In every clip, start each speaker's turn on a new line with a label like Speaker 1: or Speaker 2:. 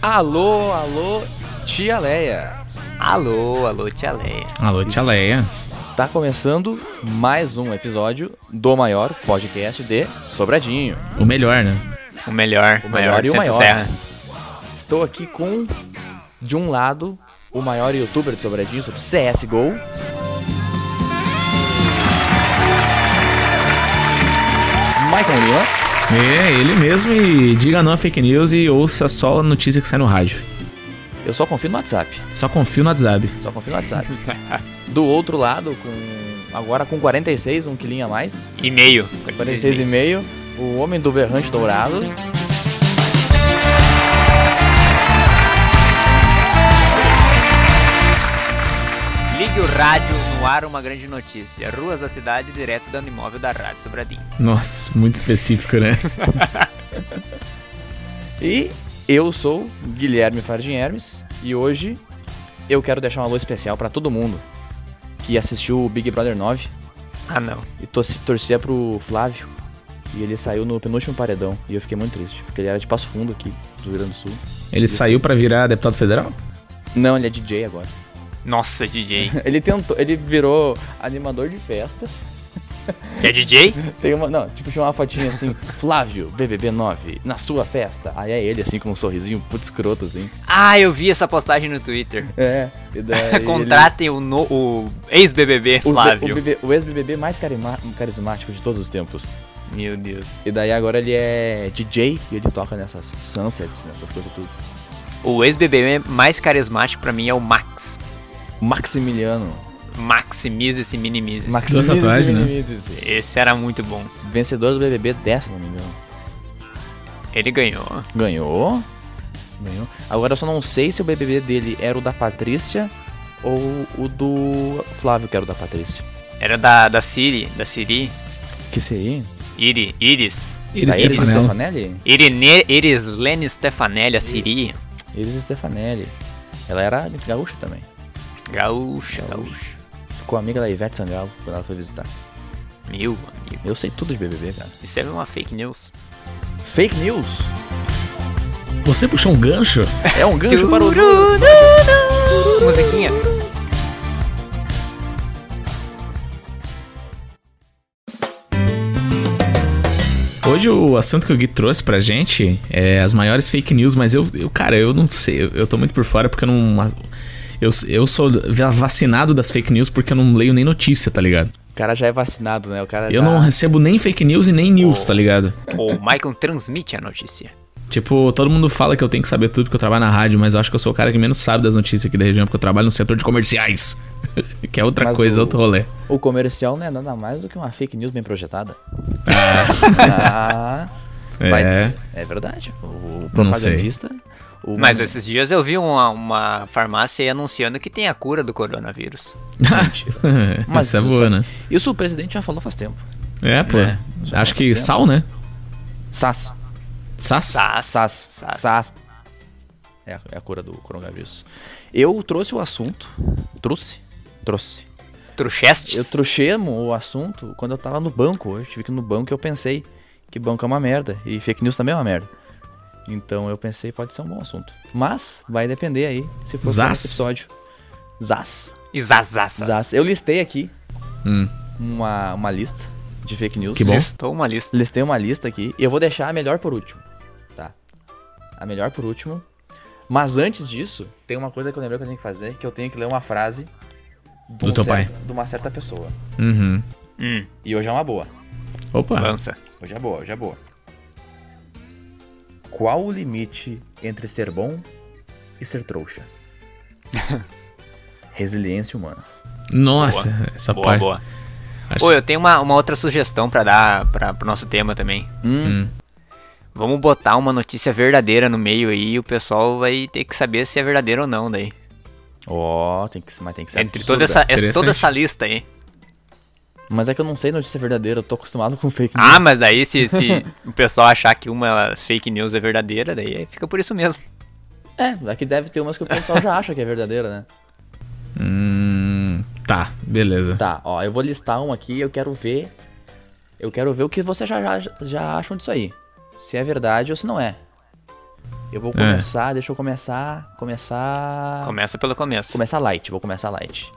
Speaker 1: Alô, alô, tia Leia.
Speaker 2: Alô, alô, tia Leia.
Speaker 3: Alô, tia Leia.
Speaker 1: Tá começando mais um episódio do maior podcast de Sobradinho.
Speaker 3: O melhor, né?
Speaker 2: O melhor,
Speaker 1: O melhor
Speaker 2: o maior,
Speaker 1: e o
Speaker 2: de Santos
Speaker 1: maior.
Speaker 2: Serra.
Speaker 1: Estou aqui com, de um lado, o maior youtuber de Sobradinho sobre CSGO. Michael Lima.
Speaker 3: É, ele mesmo e diga não a fake news e ouça só a notícia que sai no rádio.
Speaker 1: Eu só confio no WhatsApp.
Speaker 3: Só confio no WhatsApp.
Speaker 1: Só confio no WhatsApp. Do outro lado, com agora com 46, um quilinho a mais.
Speaker 2: E meio. 46 e
Speaker 1: 46,5, o homem do berrante dourado.
Speaker 2: meio. Ligue o rádio no ar, uma grande notícia. Ruas da cidade, direto dando imóvel da Rádio Sobradinho.
Speaker 3: Nossa, muito específico, né?
Speaker 1: E eu sou Guilherme Fardin Hermes e hoje eu quero deixar um alô especial pra todo mundo que assistiu o Big Brother 9
Speaker 2: Ah, não.
Speaker 1: e torci- torcia pro Flávio. E ele saiu no penúltimo paredão e eu fiquei muito triste, porque ele era de Passo Fundo aqui, do Rio Grande do Sul.
Speaker 3: Ele saiu pra virar deputado federal?
Speaker 1: Não, ele é DJ agora.
Speaker 2: Nossa, DJ.
Speaker 1: Ele tentou, ele virou animador de festa.
Speaker 2: É DJ?
Speaker 1: Tem uma, não, tipo, tinha uma fotinha assim, Flávio, BBB 9, na sua festa. Aí é ele assim com um sorrisinho puto escroto assim.
Speaker 2: Ah, eu vi essa postagem no Twitter.
Speaker 1: É, e daí ele-
Speaker 2: Contratem o, no- o ex-BBB
Speaker 1: o,
Speaker 2: Flávio.
Speaker 1: O, BBB o ex-BBB mais carima- carismático de todos os tempos.
Speaker 2: Meu Deus.
Speaker 1: E daí agora ele é DJ e ele toca nessas sunsets, nessas coisas tudo.
Speaker 2: O ex-BBB mais carismático pra mim é o Max.
Speaker 1: Maximiliano.
Speaker 2: Maximize-se, minimize-se.
Speaker 1: Maximizes
Speaker 3: Duas tatuagens,
Speaker 1: e
Speaker 3: né?
Speaker 1: minimizes.
Speaker 2: Esse era muito bom.
Speaker 1: Vencedor do BBB 10, se não me engano.
Speaker 2: Ele ganhou.
Speaker 1: Ganhou. Ganhou. Agora eu só não sei se o BBB dele era o da Patrícia ou o do Flávio, que era o da Patrícia.
Speaker 2: Era da, da Siri, da Siri.
Speaker 1: Que seria?
Speaker 2: Iri, Iris.
Speaker 3: Iris
Speaker 1: Da Iris
Speaker 3: Stefanello.
Speaker 1: Tá, Stefanelli?
Speaker 2: Irene, Iris Lene Stefanelli, a Siri.
Speaker 1: Iris Stefanelli. Ela era gaúcha também.
Speaker 2: Gaúcha, gaúcha.
Speaker 1: Ficou amiga da Ivete Sangalo quando ela foi visitar.
Speaker 2: Meu amigo.
Speaker 1: Eu sei tudo de BBB, cara.
Speaker 2: Isso é uma fake news.
Speaker 1: Fake news
Speaker 3: Você puxou um gancho?
Speaker 1: é um gancho para o...
Speaker 2: Musiquinha.
Speaker 3: Hoje o assunto que o Gui trouxe pra gente é as maiores fake news, mas eu, eu cara, eu não sei, eu, eu tô muito por fora porque eu não. Eu, eu sou vacinado das fake news porque eu não leio nem notícia, tá ligado?
Speaker 1: O cara já é vacinado, né? O cara
Speaker 3: Eu
Speaker 1: tá-
Speaker 3: não recebo nem fake news e nem news,
Speaker 2: Oh.
Speaker 3: tá ligado?
Speaker 2: O Michael transmite a notícia.
Speaker 3: Tipo, todo mundo fala que eu tenho que saber tudo porque eu trabalho na rádio, mas eu acho que eu sou o cara que menos sabe das notícias aqui da região porque eu trabalho no setor de comerciais. que é outra
Speaker 1: Mas
Speaker 3: coisa,
Speaker 1: o-
Speaker 3: outro rolê.
Speaker 1: O comercial não é nada mais do que uma fake news bem projetada. Ah, vai
Speaker 3: É.
Speaker 1: dizer. É verdade. O
Speaker 3: Não sei.
Speaker 1: propagandista... O
Speaker 2: Mas é- esses dias eu vi uma, uma farmácia aí anunciando que tem a cura do coronavírus.
Speaker 1: Mas
Speaker 3: Mas é
Speaker 1: isso-
Speaker 3: boa, né?
Speaker 1: Isso o presidente já falou faz tempo.
Speaker 3: É, pô.
Speaker 2: É,
Speaker 1: já faz
Speaker 3: acho que
Speaker 1: tempo.
Speaker 3: sal, né?
Speaker 1: SAS.
Speaker 3: Sas?
Speaker 2: Sas.
Speaker 1: SAS.
Speaker 2: Sas.
Speaker 1: SAS. É a, é a cura do coronavírus. Eu trouxe o assunto. Trouxe? Trouxe.
Speaker 2: Truchestes?
Speaker 1: Eu trouxemo o assunto quando eu tava no banco hoje. Tive que ir no banco e eu pensei que banco é uma merda. E fake news também é uma merda. Então eu pensei, pode ser um bom assunto. Mas vai depender aí se for pro
Speaker 3: Zaz.
Speaker 1: episódio. Zaz.
Speaker 2: Izazaças.
Speaker 1: Zaz. Eu listei aqui
Speaker 3: Hum.
Speaker 1: uma, uma lista de fake news.
Speaker 3: Que bom.
Speaker 2: Listou uma lista.
Speaker 1: Listei uma lista aqui e eu vou deixar a melhor por último, tá? A melhor por último. Mas antes disso, tem uma coisa que eu lembrei que eu tenho que fazer, que eu tenho que ler uma frase de um
Speaker 3: Do teu pai.
Speaker 1: certo- de uma certa pessoa.
Speaker 3: Uhum.
Speaker 2: Hum,
Speaker 1: E hoje é uma boa.
Speaker 3: Opa.
Speaker 2: lança.
Speaker 1: Hoje é boa, hoje é boa. Qual o limite entre ser bom e ser trouxa? Resiliência humana.
Speaker 3: Nossa, essa
Speaker 2: Boa,
Speaker 3: parte.
Speaker 2: boa.
Speaker 3: Tá Acho-
Speaker 2: Ô, eu tenho uma, uma outra sugestão pra dar pra, pro nosso tema também.
Speaker 1: Hum,
Speaker 2: Vamos botar uma notícia verdadeira no meio aí e o pessoal vai ter que saber se é verdadeira ou não daí.
Speaker 1: Ó, tem que, mas tem que ser
Speaker 2: Entre
Speaker 1: absurda.
Speaker 2: toda essa, essa-
Speaker 3: é Interessante.
Speaker 2: toda essa lista aí.
Speaker 1: Mas é que eu não sei notícia verdadeira, eu tô acostumado com fake
Speaker 3: Hum.
Speaker 1: news.
Speaker 2: Ah, mas daí se, se o pessoal achar que uma fake news é verdadeira, daí fica por isso mesmo.
Speaker 1: É, aqui deve ter umas que o pessoal já acha que é verdadeira, né?
Speaker 3: Hum, tá, beleza.
Speaker 1: Tá, ó, eu vou listar um aqui eu quero ver. Eu quero ver o que vocês já, já, já acham disso aí. Se é verdade ou se não é. Eu vou começar, deixa eu começar, começar...
Speaker 2: Começa pelo começo.
Speaker 1: Começar light, vou começar light.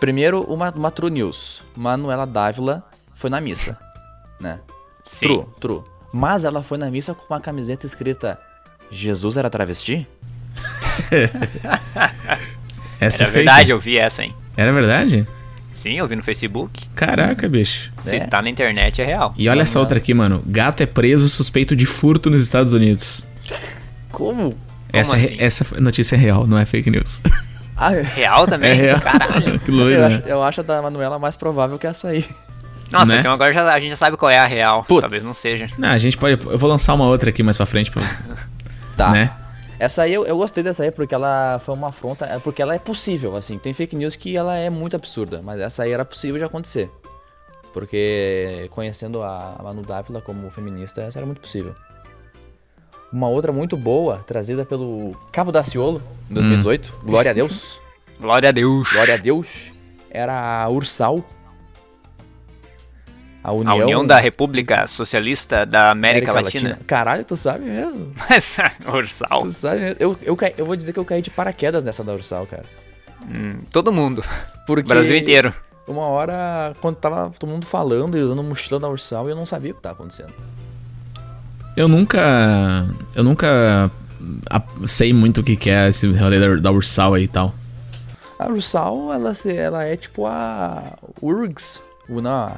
Speaker 1: Primeiro, uma, uma True News. Manuela Dávila foi na missa, né?
Speaker 2: Sim.
Speaker 1: True, true. Mas ela foi na missa com uma camiseta escrita Jesus era travesti?
Speaker 3: Essa
Speaker 2: Era
Speaker 3: é fake.
Speaker 2: verdade, eu vi essa, hein?
Speaker 3: Era verdade?
Speaker 2: Sim, eu vi no Facebook.
Speaker 3: Caraca, bicho.
Speaker 2: Se
Speaker 1: É.
Speaker 2: tá na internet, é real.
Speaker 3: E olha essa outra aqui, mano. Gato é preso suspeito de furto nos Estados Unidos.
Speaker 1: Como?
Speaker 3: Essa, é re-
Speaker 2: assim?
Speaker 3: essa notícia é real, não é fake news.
Speaker 1: Ah, eu-
Speaker 2: Real também?
Speaker 3: É real.
Speaker 2: Caralho.
Speaker 3: que doido,
Speaker 1: eu,
Speaker 3: né?
Speaker 1: acho, eu acho a da Manuela mais provável que essa aí.
Speaker 2: Nossa,
Speaker 3: Né?
Speaker 2: então agora já- a gente já sabe qual é a real.
Speaker 1: Putz.
Speaker 2: Talvez não seja.
Speaker 3: Não, a gente pode. Eu vou lançar uma outra aqui mais pra frente, pra-
Speaker 1: Tá.
Speaker 3: né?
Speaker 1: Essa aí eu, eu gostei dessa aí porque ela foi uma afronta, é porque ela é possível, assim. Tem fake news que ela é muito absurda, mas essa aí era possível de acontecer. Porque conhecendo a a Manu Dávila como feminista, essa era muito possível. Uma outra muito boa, trazida pelo Cabo Daciolo,
Speaker 2: Hum.
Speaker 1: em 2018, glória a Deus,
Speaker 2: Glória a Deus.
Speaker 1: glória a Deus, era a Ursal. A União,
Speaker 2: A União da República Socialista da América, Latina.
Speaker 1: Caralho, tu sabe mesmo?
Speaker 2: Mas, Ursal.
Speaker 1: Tu sabe mesmo? Eu, eu, caí- eu vou dizer que eu caí de paraquedas nessa da Ursal, cara.
Speaker 2: Hum, todo mundo.
Speaker 1: Porque
Speaker 2: O Brasil inteiro.
Speaker 1: Uma hora, quando tava todo mundo falando e usando mochila da Ursal, eu não sabia o que tava acontecendo.
Speaker 3: Eu nunca. Eu nunca a- sei muito o que, que é esse rolê da, da Ursal aí e tal.
Speaker 1: A Ursal, ela, se- ela é tipo a URGS. Una,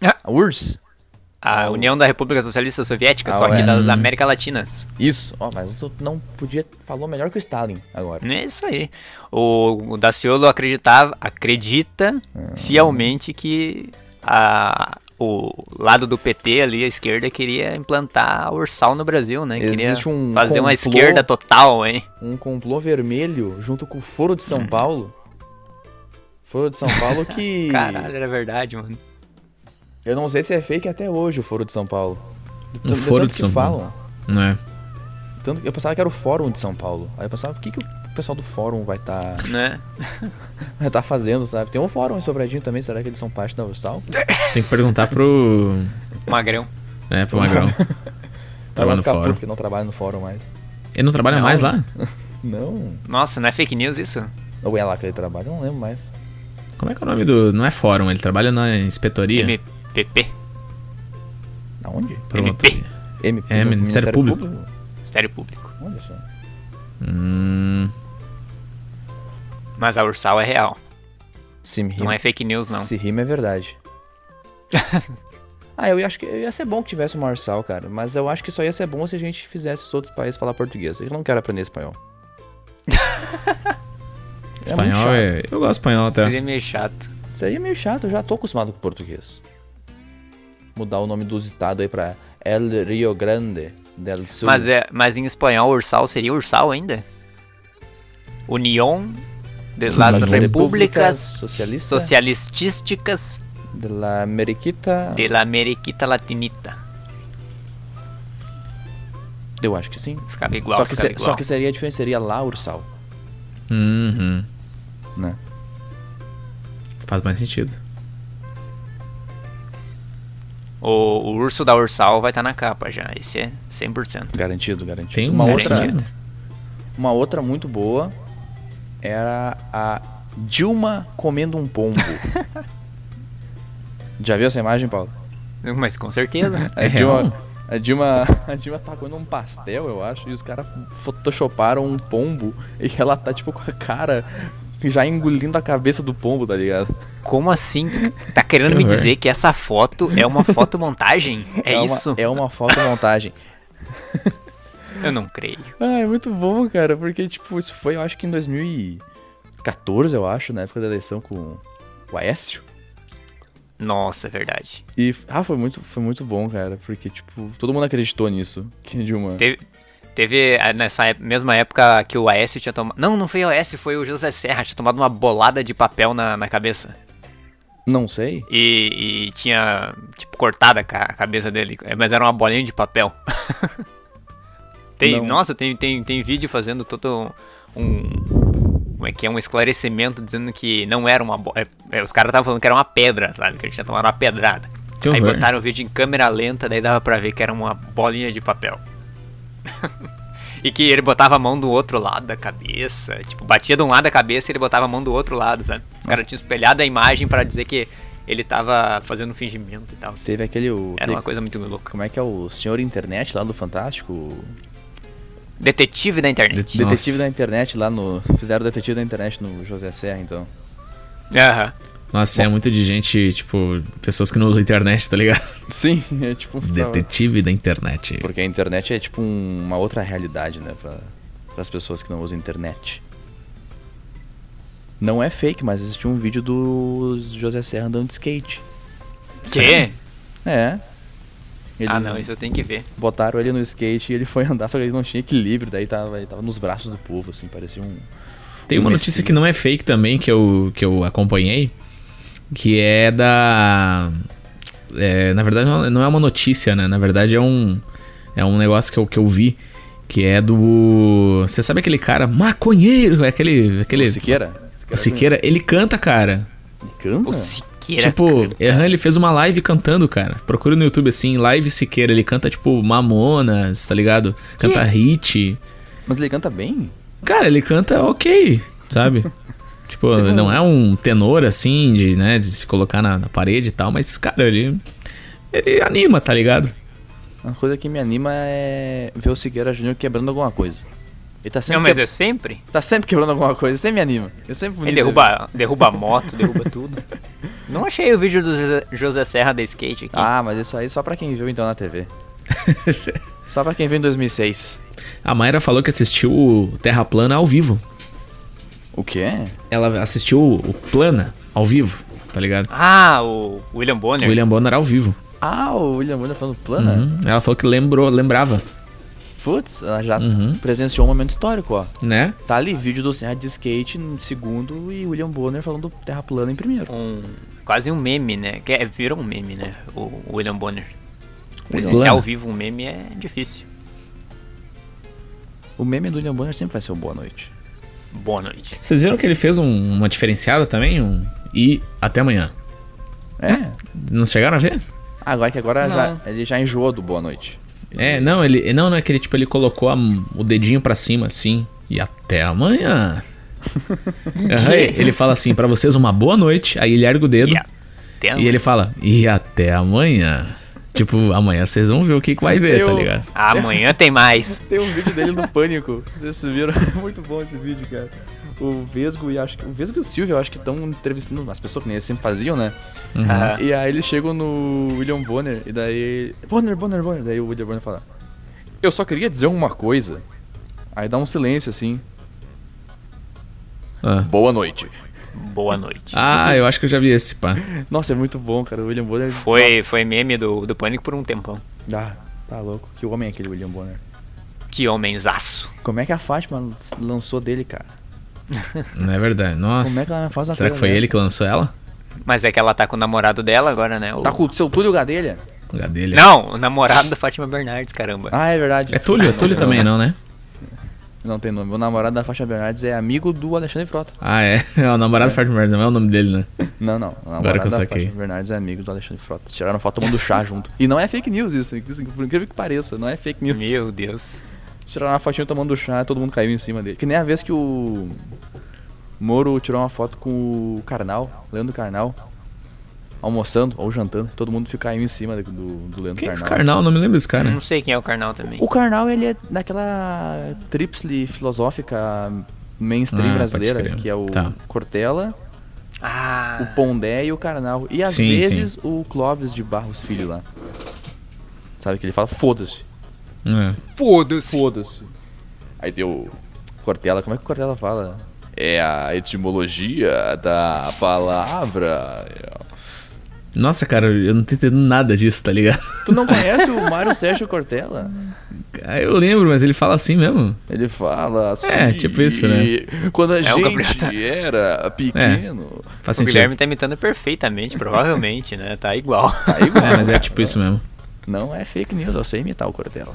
Speaker 2: Ah.
Speaker 1: a URSS.
Speaker 2: A União da República Socialista Soviética,
Speaker 1: Ah,
Speaker 2: só que
Speaker 1: é.
Speaker 2: das Américas Latinas.
Speaker 1: Isso. Ó, mas tu não podia... Falou melhor que o Stalin agora.
Speaker 2: É isso aí. O, o Daciolo acreditava, acredita
Speaker 1: Hum.
Speaker 2: fielmente que a, o lado do PT ali, a esquerda, queria implantar a Ursal no Brasil, né? Queria
Speaker 1: Existe um
Speaker 2: fazer
Speaker 1: complô-
Speaker 2: uma esquerda total, hein?
Speaker 1: Um complô vermelho junto com o Foro de
Speaker 2: Hum.
Speaker 1: São Paulo. Foro de São Paulo que...
Speaker 2: Caralho, era verdade, mano.
Speaker 1: Eu não sei se é fake até hoje o Foro de São Paulo.
Speaker 3: Um
Speaker 1: Tanto-
Speaker 3: foro
Speaker 1: tanto
Speaker 3: de
Speaker 1: que
Speaker 3: São Paulo.
Speaker 1: falam.
Speaker 3: Né?
Speaker 1: Tanto que eu pensava que era o Fórum de São Paulo. Aí eu pensava, o que, que o pessoal do Fórum vai tá estar
Speaker 2: Né?
Speaker 1: vai tá fazendo, sabe? Tem um Fórum em Sobradinho também, será que eles são parte da Ursal?
Speaker 3: Tem que perguntar pro.
Speaker 2: Magrão.
Speaker 3: É, pro Magrão.
Speaker 1: Ela vai
Speaker 3: Trabalha no
Speaker 1: ficar puto
Speaker 3: fórum.
Speaker 1: porque não trabalha no Fórum mais.
Speaker 3: Ele não trabalha
Speaker 2: Não.
Speaker 3: mais lá?
Speaker 1: Não.
Speaker 2: Nossa, não é fake news isso?
Speaker 1: Ou é lá que ele trabalha, eu não lembro mais.
Speaker 3: Como é que é o nome do. Não é fórum, ele trabalha na inspetoria.
Speaker 2: MPP.
Speaker 1: Aonde?
Speaker 3: Pronto.
Speaker 2: MP.
Speaker 1: MP,
Speaker 3: É,
Speaker 1: do
Speaker 3: Ministério Público.
Speaker 2: Ministério Público.
Speaker 1: Olha só. É
Speaker 3: Hum,
Speaker 2: Mas a Ursal é real.
Speaker 1: Se me
Speaker 2: Não
Speaker 1: rima,
Speaker 2: é fake news, não.
Speaker 1: se rima é verdade. ah, eu acho que ia ser bom que tivesse uma Ursal, cara. Mas eu acho que só ia ser bom se a gente fizesse os outros países falar português. Eu não quero aprender espanhol. É muito
Speaker 3: espanhol
Speaker 1: chato.
Speaker 3: é. Eu gosto de espanhol
Speaker 1: Tá.
Speaker 3: até.
Speaker 2: Seria meio chato.
Speaker 1: Isso aí é meio chato, eu já tô acostumado com português. Mudar o nome dos estados aí pra El Rio Grande del Sul.
Speaker 2: Mas, é, mas em espanhol, ursal seria ursal ainda? União de las
Speaker 1: Las
Speaker 2: Repúblicas
Speaker 1: Socialistas
Speaker 2: Socialistísticas
Speaker 1: de la Ameriquita.
Speaker 2: de la Ameriquita Latinita.
Speaker 1: Eu acho que sim.
Speaker 2: Ficava igual,
Speaker 1: só, que
Speaker 2: ficava
Speaker 1: se-
Speaker 2: igual.
Speaker 1: só que seria diferente, seria lá Ursal,
Speaker 3: Uhum.
Speaker 1: né?
Speaker 3: Faz mais sentido.
Speaker 2: O, o urso da ursal vai estar na capa já, esse é 100%.
Speaker 1: Garantido, garantido.
Speaker 3: Tem
Speaker 1: uma
Speaker 3: um
Speaker 1: outra,
Speaker 3: mesmo?
Speaker 1: uma outra muito boa era a Dilma comendo um pombo. já viu essa imagem, Paulo?
Speaker 2: Mas com certeza.
Speaker 1: A
Speaker 3: É
Speaker 1: Dilma,
Speaker 3: real?
Speaker 1: a Dilma, a Dilma tá comendo um pastel, eu acho, e os caras photoshoparam um pombo e ela tá tipo com a cara já engolindo a cabeça do pombo, tá ligado?
Speaker 2: Como assim? Tu tá querendo
Speaker 3: Que
Speaker 2: me
Speaker 3: horror.
Speaker 2: dizer que essa foto é uma fotomontagem? É,
Speaker 1: uma,
Speaker 2: isso?
Speaker 1: É uma fotomontagem.
Speaker 2: Eu não creio.
Speaker 1: ah, é muito bom, cara, porque tipo, isso foi, eu acho que em 2014, eu acho, na época da eleição com o Aécio.
Speaker 2: Nossa, é verdade.
Speaker 1: E, ah, foi muito, foi muito bom, cara, porque, tipo, todo mundo acreditou nisso, que a Dilma...
Speaker 2: Teve, teve ah, nessa ép- mesma época que o Aécio tinha tomado. Não, não foi o Aécio, foi o José Serra. Tinha tomado uma bolada de papel na, na cabeça.
Speaker 1: Não sei.
Speaker 2: E, e tinha, tipo, cortado a, ca- a cabeça dele. eh, Mas era uma bolinha de papel. tem,
Speaker 1: Não.
Speaker 2: nossa, tem, tem, tem vídeo fazendo todo um. Como é que é? Um esclarecimento dizendo que não era uma bola. os caras estavam falando que era uma pedra, sabe? Que ele tinha tomado uma pedrada.
Speaker 3: Que
Speaker 2: Aí
Speaker 3: horror.
Speaker 2: botaram o vídeo em câmera lenta, daí dava pra ver que era uma bolinha de papel. E que ele botava a mão do outro lado da cabeça. Tipo, batia de um lado da cabeça e ele botava a mão do outro lado, sabe? O cara tinha espelhado a imagem pra dizer que ele tava fazendo um fingimento e tal. assim.
Speaker 1: Teve aquele. O,
Speaker 2: Era uma coisa muito louca.
Speaker 1: Como é que é o senhor internet lá do Fantástico? O
Speaker 2: Detetive da internet.
Speaker 3: De- Nossa.
Speaker 1: Detetive da internet lá no. Fizeram detetive da internet no José Serra, então.
Speaker 2: Aham.
Speaker 3: Nossa, é muito de gente, tipo, pessoas que não usam internet, tá ligado?
Speaker 1: Sim, é tipo.
Speaker 3: Detetive da internet.
Speaker 1: Porque a internet é tipo um- uma outra realidade, né? Pra, pras pessoas que não usam internet. Não é fake, mas existiu um vídeo do José Serra andando de skate.
Speaker 2: Que?
Speaker 1: É. Eles
Speaker 2: Ah, não, isso eu tenho que ver.
Speaker 1: botaram ele no skate e ele foi andar, só que ele não tinha equilíbrio, daí tava, ele tava nos braços do povo, assim, parecia um.
Speaker 3: Tem uma
Speaker 1: um
Speaker 3: notícia
Speaker 1: Messias.
Speaker 3: que não é fake também, que eu, que eu acompanhei, que é da. é, na verdade, não não é uma notícia, né? Na verdade, é um, é um negócio que eu, que eu vi, que é do. Você sabe aquele cara maconheiro? É aquele. aquele
Speaker 1: O Siqueira? né?
Speaker 3: o Siqueira, ele canta, cara.
Speaker 1: Ele canta?
Speaker 2: O Siqueira.
Speaker 3: tipo, aham, ele fez uma live cantando, cara. Procura no YouTube assim, live Siqueira. Ele canta, tipo, Mamonas, tá ligado? Canta hit.
Speaker 1: Mas ele canta bem?
Speaker 3: Cara, ele canta ok, sabe? tipo, não é um tenor assim, de, né, de se colocar na, na parede e tal, mas, cara, ele. Ele anima, tá ligado?
Speaker 1: Uma coisa que me anima é ver o Siqueira Júnior quebrando alguma coisa. Ele tá sempre,
Speaker 2: Não, mas
Speaker 1: que-
Speaker 2: eu sempre.
Speaker 1: tá sempre quebrando alguma coisa, sempre me anima. Eu sempre
Speaker 2: Ele derruba, derruba a moto, derruba tudo. Não achei o vídeo do José- José Serra da skate aqui.
Speaker 1: Ah, mas isso aí só pra quem viu então na TV. só pra quem viu em 2006.
Speaker 3: A Mayra falou que assistiu o Terra Plana ao vivo.
Speaker 1: O quê?
Speaker 3: Ela assistiu o o Plana ao vivo, tá ligado?
Speaker 2: Ah, o William Bonner.
Speaker 3: William Bonner ao vivo.
Speaker 1: Ah, o William Bonner falando plana?
Speaker 3: Uhum. Ela falou que lembrou, lembrava,
Speaker 1: Putz, ela já
Speaker 3: Uhum.
Speaker 1: presenciou um momento histórico, ó.
Speaker 3: né?
Speaker 1: Tá ali, vídeo do Serra de skate em segundo e William Bonner falando terra plana em primeiro.
Speaker 2: Um, quase um meme, né? Que é, virou um meme, né? O, o William Bonner.
Speaker 3: William
Speaker 2: Presenciar ao
Speaker 3: Bonner.
Speaker 2: vivo um meme é difícil.
Speaker 1: O meme do William Bonner sempre vai ser o Boa Noite.
Speaker 2: Boa noite.
Speaker 3: Vocês viram que ele fez um- uma diferenciada também? Um... E até amanhã.
Speaker 1: É?
Speaker 3: Não chegaram a ver?
Speaker 1: Agora que agora
Speaker 2: Não.
Speaker 1: já- ele já enjoou do Boa Noite.
Speaker 3: É, não, ele. Não, não é que ele, tipo, ele colocou a- o dedinho pra cima, assim. E até amanhã. Aham, ele fala assim, pra vocês uma boa noite. Aí ele ergue o dedo
Speaker 2: E, até
Speaker 3: e ele fala, e até amanhã. Tipo, amanhã vocês vão ver o que, que vai ver, tá
Speaker 1: Eu-
Speaker 3: ligado?
Speaker 2: Amanhã tem mais.
Speaker 1: Tem um vídeo dele no pânico. Vocês viram? É Muito bom esse vídeo, cara. O Vesgo e acho que. O Vesgo e o Silvio, eu acho que estão entrevistando as pessoas que nem eles sempre faziam, né?
Speaker 3: Uhum.
Speaker 2: Ah,
Speaker 1: E aí eles chegam no William Bonner e daí. Bonner, Bonner, Bonner. Daí o William Bonner fala. Eu só queria dizer uma coisa. Aí dá um silêncio assim.
Speaker 3: Ah.
Speaker 1: Boa noite.
Speaker 2: boa noite.
Speaker 3: Ah, eu acho que eu já vi esse pá.
Speaker 1: Nossa, é muito bom, cara. O William Bonner.
Speaker 2: Foi, foi meme do, do Pânico por um tempão.
Speaker 1: Ah, tá louco. Que homem é aquele William Bonner?
Speaker 2: Que homenzaço.
Speaker 1: Como é que a Fátima lançou dele, cara?
Speaker 3: Não é verdade. Nossa.
Speaker 1: Como é que ela faz uma
Speaker 3: Será que
Speaker 1: coisa
Speaker 3: foi
Speaker 1: dessa?
Speaker 3: ele que lançou ela?
Speaker 2: Mas é que ela tá com o namorado dela agora, né? O-
Speaker 1: Tá com o seu Túlio Gadelha?
Speaker 3: Lugar dele.
Speaker 2: Não, o namorado da Fátima Bernardes, caramba.
Speaker 1: Ah, é verdade.
Speaker 3: É Túlio, é Túlio também, não, né?
Speaker 1: Não tem nome. O namorado da Faixa Bernardes é amigo do Alexandre Frota.
Speaker 3: Ah, é. É o namorado Fred Merda, não é o nome dele, né?
Speaker 1: Não, não. O namorado
Speaker 3: Agora que eu
Speaker 1: da
Speaker 3: saquei.
Speaker 1: Faixa Bernardes é amigo do Alexandre Frota. Eles Tiraram foto tomando chá junto. E não é fake news isso. isso, Por incrível que pareça, não é fake news.
Speaker 2: Meu Deus.
Speaker 1: Tiraram uma fotinha tomando chá todo mundo caiu em cima dele. Que nem a vez que o Moro tirou uma foto com o Carnal, Leandro Carnal, almoçando ou jantando. Todo mundo ficou caiu em cima do, do Leandro
Speaker 3: Quem é esse
Speaker 1: Carnal.
Speaker 3: Carnal? Não me lembro desse cara.
Speaker 2: Não sei quem é o Carnal também.
Speaker 1: O Karnal, ele é daquela tríplice filosófica mainstream
Speaker 3: Ah, pode
Speaker 1: brasileira,
Speaker 3: crer.
Speaker 1: que é o
Speaker 3: Tá.
Speaker 1: Cortella,
Speaker 2: Ah,
Speaker 1: o Pondé e o Karnal. E às
Speaker 3: Sim,
Speaker 1: vezes o Clóvis de Barros Filho lá. Sabe que ele fala, foda-se,
Speaker 3: É.
Speaker 1: foda-se. Aí tem o Cortella, como é que o Cortella fala? É a etimologia da palavra.
Speaker 3: Nossa, cara, eu não tô entendendo nada disso, tá ligado?
Speaker 1: Tu não conhece o Mário Sérgio Cortella?
Speaker 3: Ah, Eu lembro, mas ele fala assim mesmo.
Speaker 1: Ele fala assim.
Speaker 3: É, tipo isso, né?
Speaker 1: Quando a
Speaker 2: É o Gabriel
Speaker 1: gente era pequeno.
Speaker 3: Faz
Speaker 2: o
Speaker 3: sentido.
Speaker 2: Guilherme tá imitando perfeitamente, provavelmente, né? Tá igual.
Speaker 1: Tá igual.
Speaker 3: É, mas é tipo isso mesmo.
Speaker 1: Não é fake news, eu sei imitar o Cortella.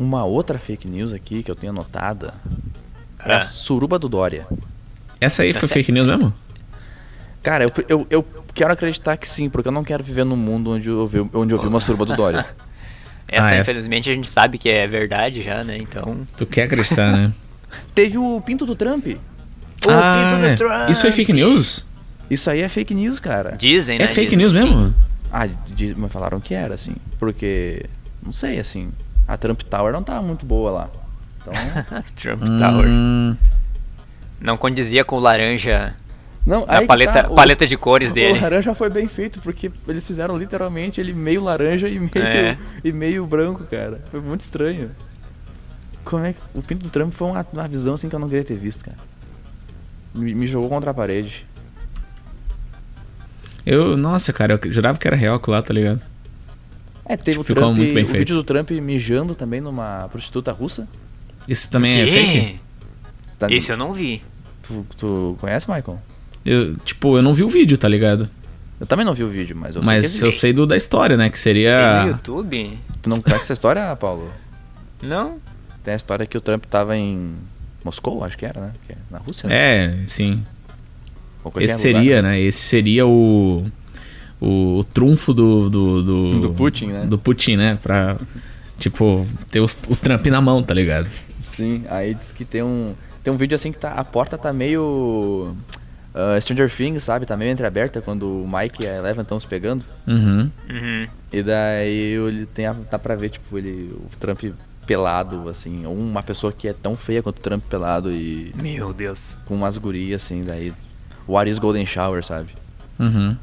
Speaker 1: Uma outra fake news aqui que eu tenho anotada é a
Speaker 2: Ah.
Speaker 1: suruba do Dória.
Speaker 3: Essa
Speaker 2: Tá
Speaker 3: aí foi fake news mesmo?
Speaker 1: Cara, eu, eu, eu quero acreditar que sim, porque eu não quero viver num mundo onde eu vi, onde eu vi uma suruba do Dória.
Speaker 2: Essa,
Speaker 3: Ah, essa.
Speaker 2: infelizmente, a gente sabe que é verdade já, né? Então.
Speaker 3: Tu quer acreditar, né?
Speaker 1: Teve o pinto do Trump.
Speaker 2: O pinto do
Speaker 3: é.
Speaker 2: Trump.
Speaker 3: Isso é fake news?
Speaker 1: Isso aí é fake news, cara.
Speaker 2: Dizem, né?
Speaker 3: É
Speaker 2: dizem.
Speaker 3: fake news mesmo?
Speaker 1: Ah, diz- mas falaram que era, assim. Porque, não sei, assim, a Trump Tower não tava muito boa lá. Então,
Speaker 2: Trump Tower.
Speaker 3: Hum,
Speaker 2: Não condizia com o laranja
Speaker 1: não, aí
Speaker 2: da
Speaker 1: que
Speaker 2: paleta,
Speaker 1: tá, o-
Speaker 2: paleta de cores dele.
Speaker 1: O laranja foi bem feito, porque eles fizeram literalmente ele meio laranja e meio,
Speaker 2: É.
Speaker 1: e meio branco, cara. Foi muito estranho. Como é que... O Pinto do Trump foi uma, uma visão assim que eu não queria ter visto, cara. Me, me jogou contra a parede.
Speaker 3: eu, nossa, cara, eu jurava que era real aquilo lá, tá ligado?
Speaker 1: É, teve o,
Speaker 3: Ficou
Speaker 1: Trump,
Speaker 3: muito bem
Speaker 1: o
Speaker 3: feito.
Speaker 1: vídeo do Trump mijando também numa prostituta russa.
Speaker 3: Isso também é
Speaker 2: Que?
Speaker 3: fake?
Speaker 1: Tá,
Speaker 2: Esse é- eu não vi.
Speaker 1: tu, tu conhece, Michael?
Speaker 3: Eu, tipo, eu não vi o vídeo, tá ligado?
Speaker 1: Eu também não vi o vídeo, mas eu
Speaker 3: Mas
Speaker 1: sei que
Speaker 3: eu sei do, da história, né? Que
Speaker 2: Tem no
Speaker 3: seria.
Speaker 2: YouTube?
Speaker 1: ele- Tu não conhece essa história, Paulo?
Speaker 2: Não?
Speaker 1: Tem a história que o Trump tava em Moscou, acho que era, né? Que é na Rússia, né?
Speaker 3: É, sim.
Speaker 1: Ou qualquer
Speaker 3: Esse
Speaker 1: lugar.
Speaker 3: seria, né? Esse seria o. O, trunfo do. Do, do,
Speaker 1: Do Putin, né?
Speaker 3: Do Putin, né? Pra. Tipo, ter os- o Trump na mão, tá ligado?
Speaker 1: Sim, aí diz que tem um. Tem um vídeo assim que tá. A porta tá meio. ah, Stranger Things, sabe? Tá meio entreaberta quando o Mike e a Eleven estão se pegando.
Speaker 3: Uhum.
Speaker 2: Uhum.
Speaker 1: E daí ele tem a, dá pra ver, tipo, ele. O Trump pelado, assim. Ou uma pessoa que é tão feia quanto o Trump pelado e.
Speaker 2: Meu Deus.
Speaker 1: Com umas gurias, assim, daí. What is Golden Shower, sabe?
Speaker 3: Uhum.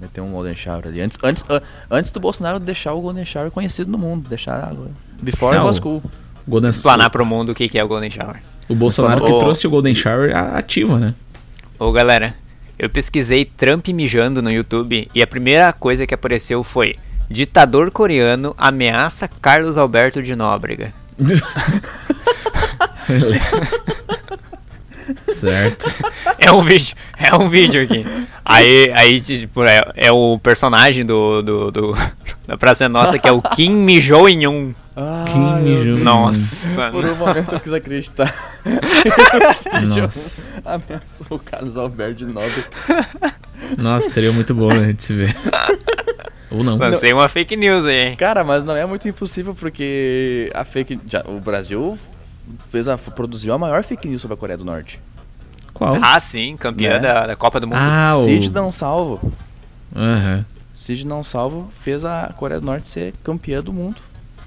Speaker 1: Meteu um Golden Shower ali. Antes, antes, ah, antes do Bolsonaro deixar o Golden Shower conhecido no mundo. Deixar. ah, Before it
Speaker 3: Não.
Speaker 1: was cool.
Speaker 3: Golden,
Speaker 2: Explanar pro mundo o que que é o Golden Shower.
Speaker 3: o Bolsonaro que
Speaker 2: Ô.
Speaker 3: trouxe o Golden Shower a- ativa, né?
Speaker 2: Ô galera, eu pesquisei Trump mijando no YouTube e a primeira coisa que apareceu foi Ditador coreano ameaça Carlos Alberto de Nóbrega.
Speaker 3: certo.
Speaker 2: É um vídeo, é um vídeo aqui. Aí, aí tipo, é, é o personagem do, do, do- da Praça é Nossa que é o Kim mijou em um.
Speaker 1: Ah,
Speaker 3: Que meu mijo. Deus.
Speaker 2: Nossa.
Speaker 1: Por um momento eu quis acreditar.
Speaker 3: Nossa.
Speaker 1: Ameaçou o Carlos Alberto de Nobre.
Speaker 3: Nossa, seria muito bom né, de se ver. Ou não.
Speaker 2: Lancei uma fake news aí. hein?
Speaker 1: Cara, mas não é muito impossível porque a fake. já- o Brasil fez a, produziu a maior fake news sobre a Coreia do Norte.
Speaker 3: Qual?
Speaker 2: Ah, sim, campeã
Speaker 1: Né?
Speaker 2: da, da Copa do Mundo.
Speaker 3: Ah, o.
Speaker 1: Cid não salvo.
Speaker 3: Aham.
Speaker 1: Cid não salvo fez a Coreia do Norte ser campeã do mundo.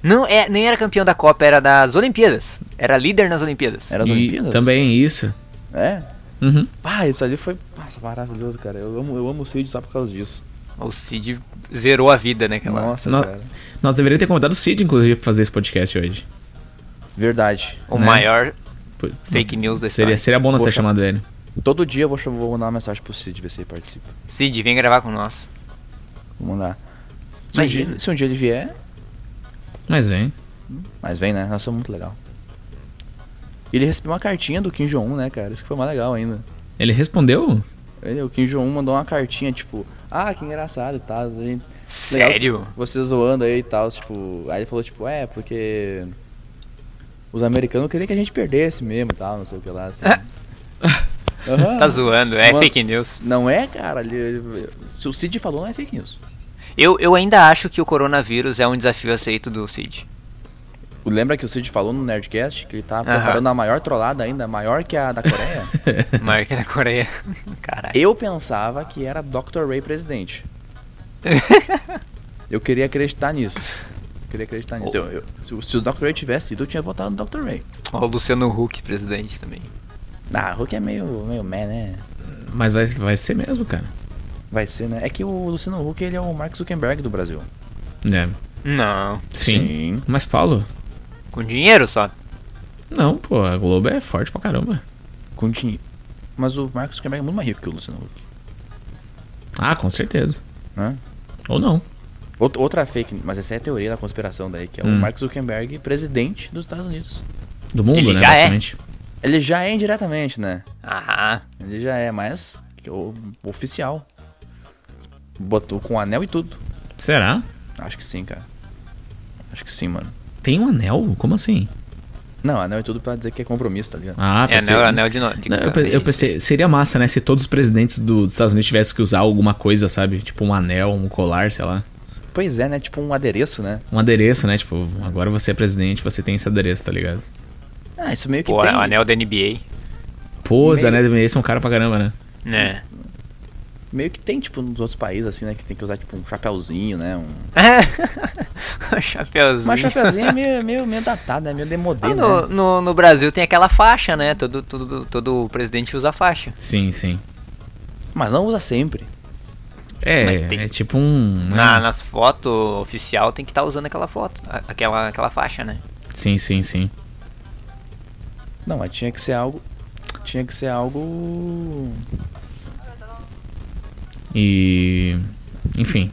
Speaker 2: Não, é, nem era campeão da Copa, era das Olimpíadas. Era líder nas Olimpíadas.
Speaker 1: Era as
Speaker 3: E
Speaker 1: Olimpíadas?
Speaker 3: Também isso.
Speaker 1: É.
Speaker 3: Uhum.
Speaker 1: Ah, isso ali foi. Nossa, maravilhoso, cara. Eu amo, eu amo o Cid só por causa disso.
Speaker 2: O Cid zerou a vida, né? Aquela...
Speaker 1: Nossa,
Speaker 3: Não-
Speaker 1: cara.
Speaker 3: Nós deveríamos ter convidado o Cid, inclusive, pra fazer esse podcast hoje.
Speaker 1: Verdade.
Speaker 2: O
Speaker 3: Né?
Speaker 2: maior
Speaker 3: Pô,
Speaker 2: fake news da história.
Speaker 3: Seria, seria bom nós ter
Speaker 1: Poxa.
Speaker 3: chamado ele.
Speaker 1: Todo dia eu vou, ch- vou mandar uma mensagem pro Cid ver se ele participa.
Speaker 2: Cid, vem gravar com nós.
Speaker 1: Vou mandar. Se um,
Speaker 2: Imagina.
Speaker 1: dia, se um dia ele vier,
Speaker 3: Mas vem.
Speaker 1: Mas vem, né? Nós somos muito legal. E ele recebeu uma cartinha do Kim Jong-un, né, cara? Isso que foi mais legal ainda.
Speaker 3: Ele respondeu?
Speaker 1: Ele, o Kim Jong-un mandou uma cartinha, tipo, ah, que engraçado e tal. a gente- Legal.
Speaker 2: Sério?
Speaker 1: Vocês zoando aí e tal, tipo. Aí ele falou, tipo, é, porque. Os americanos queriam que a gente perdesse mesmo e tal, não sei o que lá, assim. Aham.
Speaker 2: Tá zoando, é
Speaker 1: Ah. Mano.
Speaker 2: fake news.
Speaker 1: Não é, cara. Ele, ele- se o Cid falou, não é fake news.
Speaker 2: Eu, eu ainda acho que o coronavírus é um desafio aceito do Cid.
Speaker 1: Lembra que o Cid falou no Nerdcast que ele tá
Speaker 2: Aham.
Speaker 1: preparando a maior trollada ainda, maior que a da Coreia?
Speaker 2: Maior que a da Coreia. Caralho.
Speaker 1: Eu pensava que era Dr. Ray presidente. eu queria acreditar nisso. Eu queria acreditar nisso. Eu- eu- se, o- se o Dr. Ray tivesse ido, eu tinha votado no Dr. Ray.
Speaker 2: Ó, O Luciano Huck, presidente também.
Speaker 1: Ah, Hulk é meio, meio meh, né?
Speaker 3: Mas vai, vai ser mesmo, cara.
Speaker 1: Vai ser, né? É que o Luciano Huck, ele é o Mark Zuckerberg do Brasil.
Speaker 3: Né?
Speaker 2: Não.
Speaker 3: Sim. Mas, Paulo?
Speaker 2: Com dinheiro só.
Speaker 3: Não, pô, a Globo é forte pra caramba.
Speaker 1: Com dinheiro. Mas o Mark Zuckerberg é muito mais rico que o Luciano Huck.
Speaker 3: Ah, com certeza.
Speaker 1: Hã?
Speaker 3: Ou não.
Speaker 1: Out- Outra fake, mas essa é a teoria da conspiração daí, que é
Speaker 3: Hum.
Speaker 1: o Mark Zuckerberg presidente dos Estados Unidos.
Speaker 3: Do mundo,
Speaker 2: Ele
Speaker 3: né,
Speaker 2: já é.
Speaker 3: basicamente.
Speaker 1: Ele já é indiretamente, né?
Speaker 2: Ah,
Speaker 1: Ele já é, mas o oficial. Botou com anel e tudo.
Speaker 3: Será?
Speaker 1: Acho que sim, cara. Acho que sim, mano.
Speaker 3: Tem um anel? Como assim?
Speaker 1: Não, anel e tudo pra dizer que é compromisso, tá ligado?
Speaker 3: Ah,
Speaker 2: é
Speaker 3: pensei...
Speaker 2: anel, anel de novo.
Speaker 3: Não, eu, pe- eu pensei, seria massa, né, se todos os presidentes do- dos Estados Unidos tivessem que usar alguma coisa, sabe? Tipo um anel, um colar, sei lá.
Speaker 1: Pois é, né? Tipo um adereço, né?
Speaker 3: Um adereço, né? Tipo, agora você é presidente, você tem esse adereço, tá ligado?
Speaker 1: Ah, isso meio que
Speaker 2: Pô,
Speaker 1: tem.
Speaker 2: o anel da NBA.
Speaker 3: Pô, os anéis da NBA são caros pra caramba, né?
Speaker 2: Né?
Speaker 1: Meio que tem, tipo, nos outros países, assim, né? Que tem que usar, tipo, um chapéuzinho, né? Um...
Speaker 2: o chapeuzinho.
Speaker 1: Mas chapéuzinho é meio, meio, meio datado, é meio demodê,
Speaker 2: Ah,
Speaker 1: né?
Speaker 2: no, no, no Brasil tem aquela faixa, né? Todo, todo, todo presidente usa a faixa.
Speaker 3: Sim, sim.
Speaker 1: Mas não usa sempre.
Speaker 3: É,
Speaker 2: Mas tem- Ah.
Speaker 3: é tipo um. né?
Speaker 2: Na, nas fotos oficial tem que estar usando aquela foto, a- aquela, aquela faixa, né?
Speaker 3: Sim, sim, sim.
Speaker 1: Não, mas tinha que ser algo. Tinha que ser algo.
Speaker 3: E. Enfim.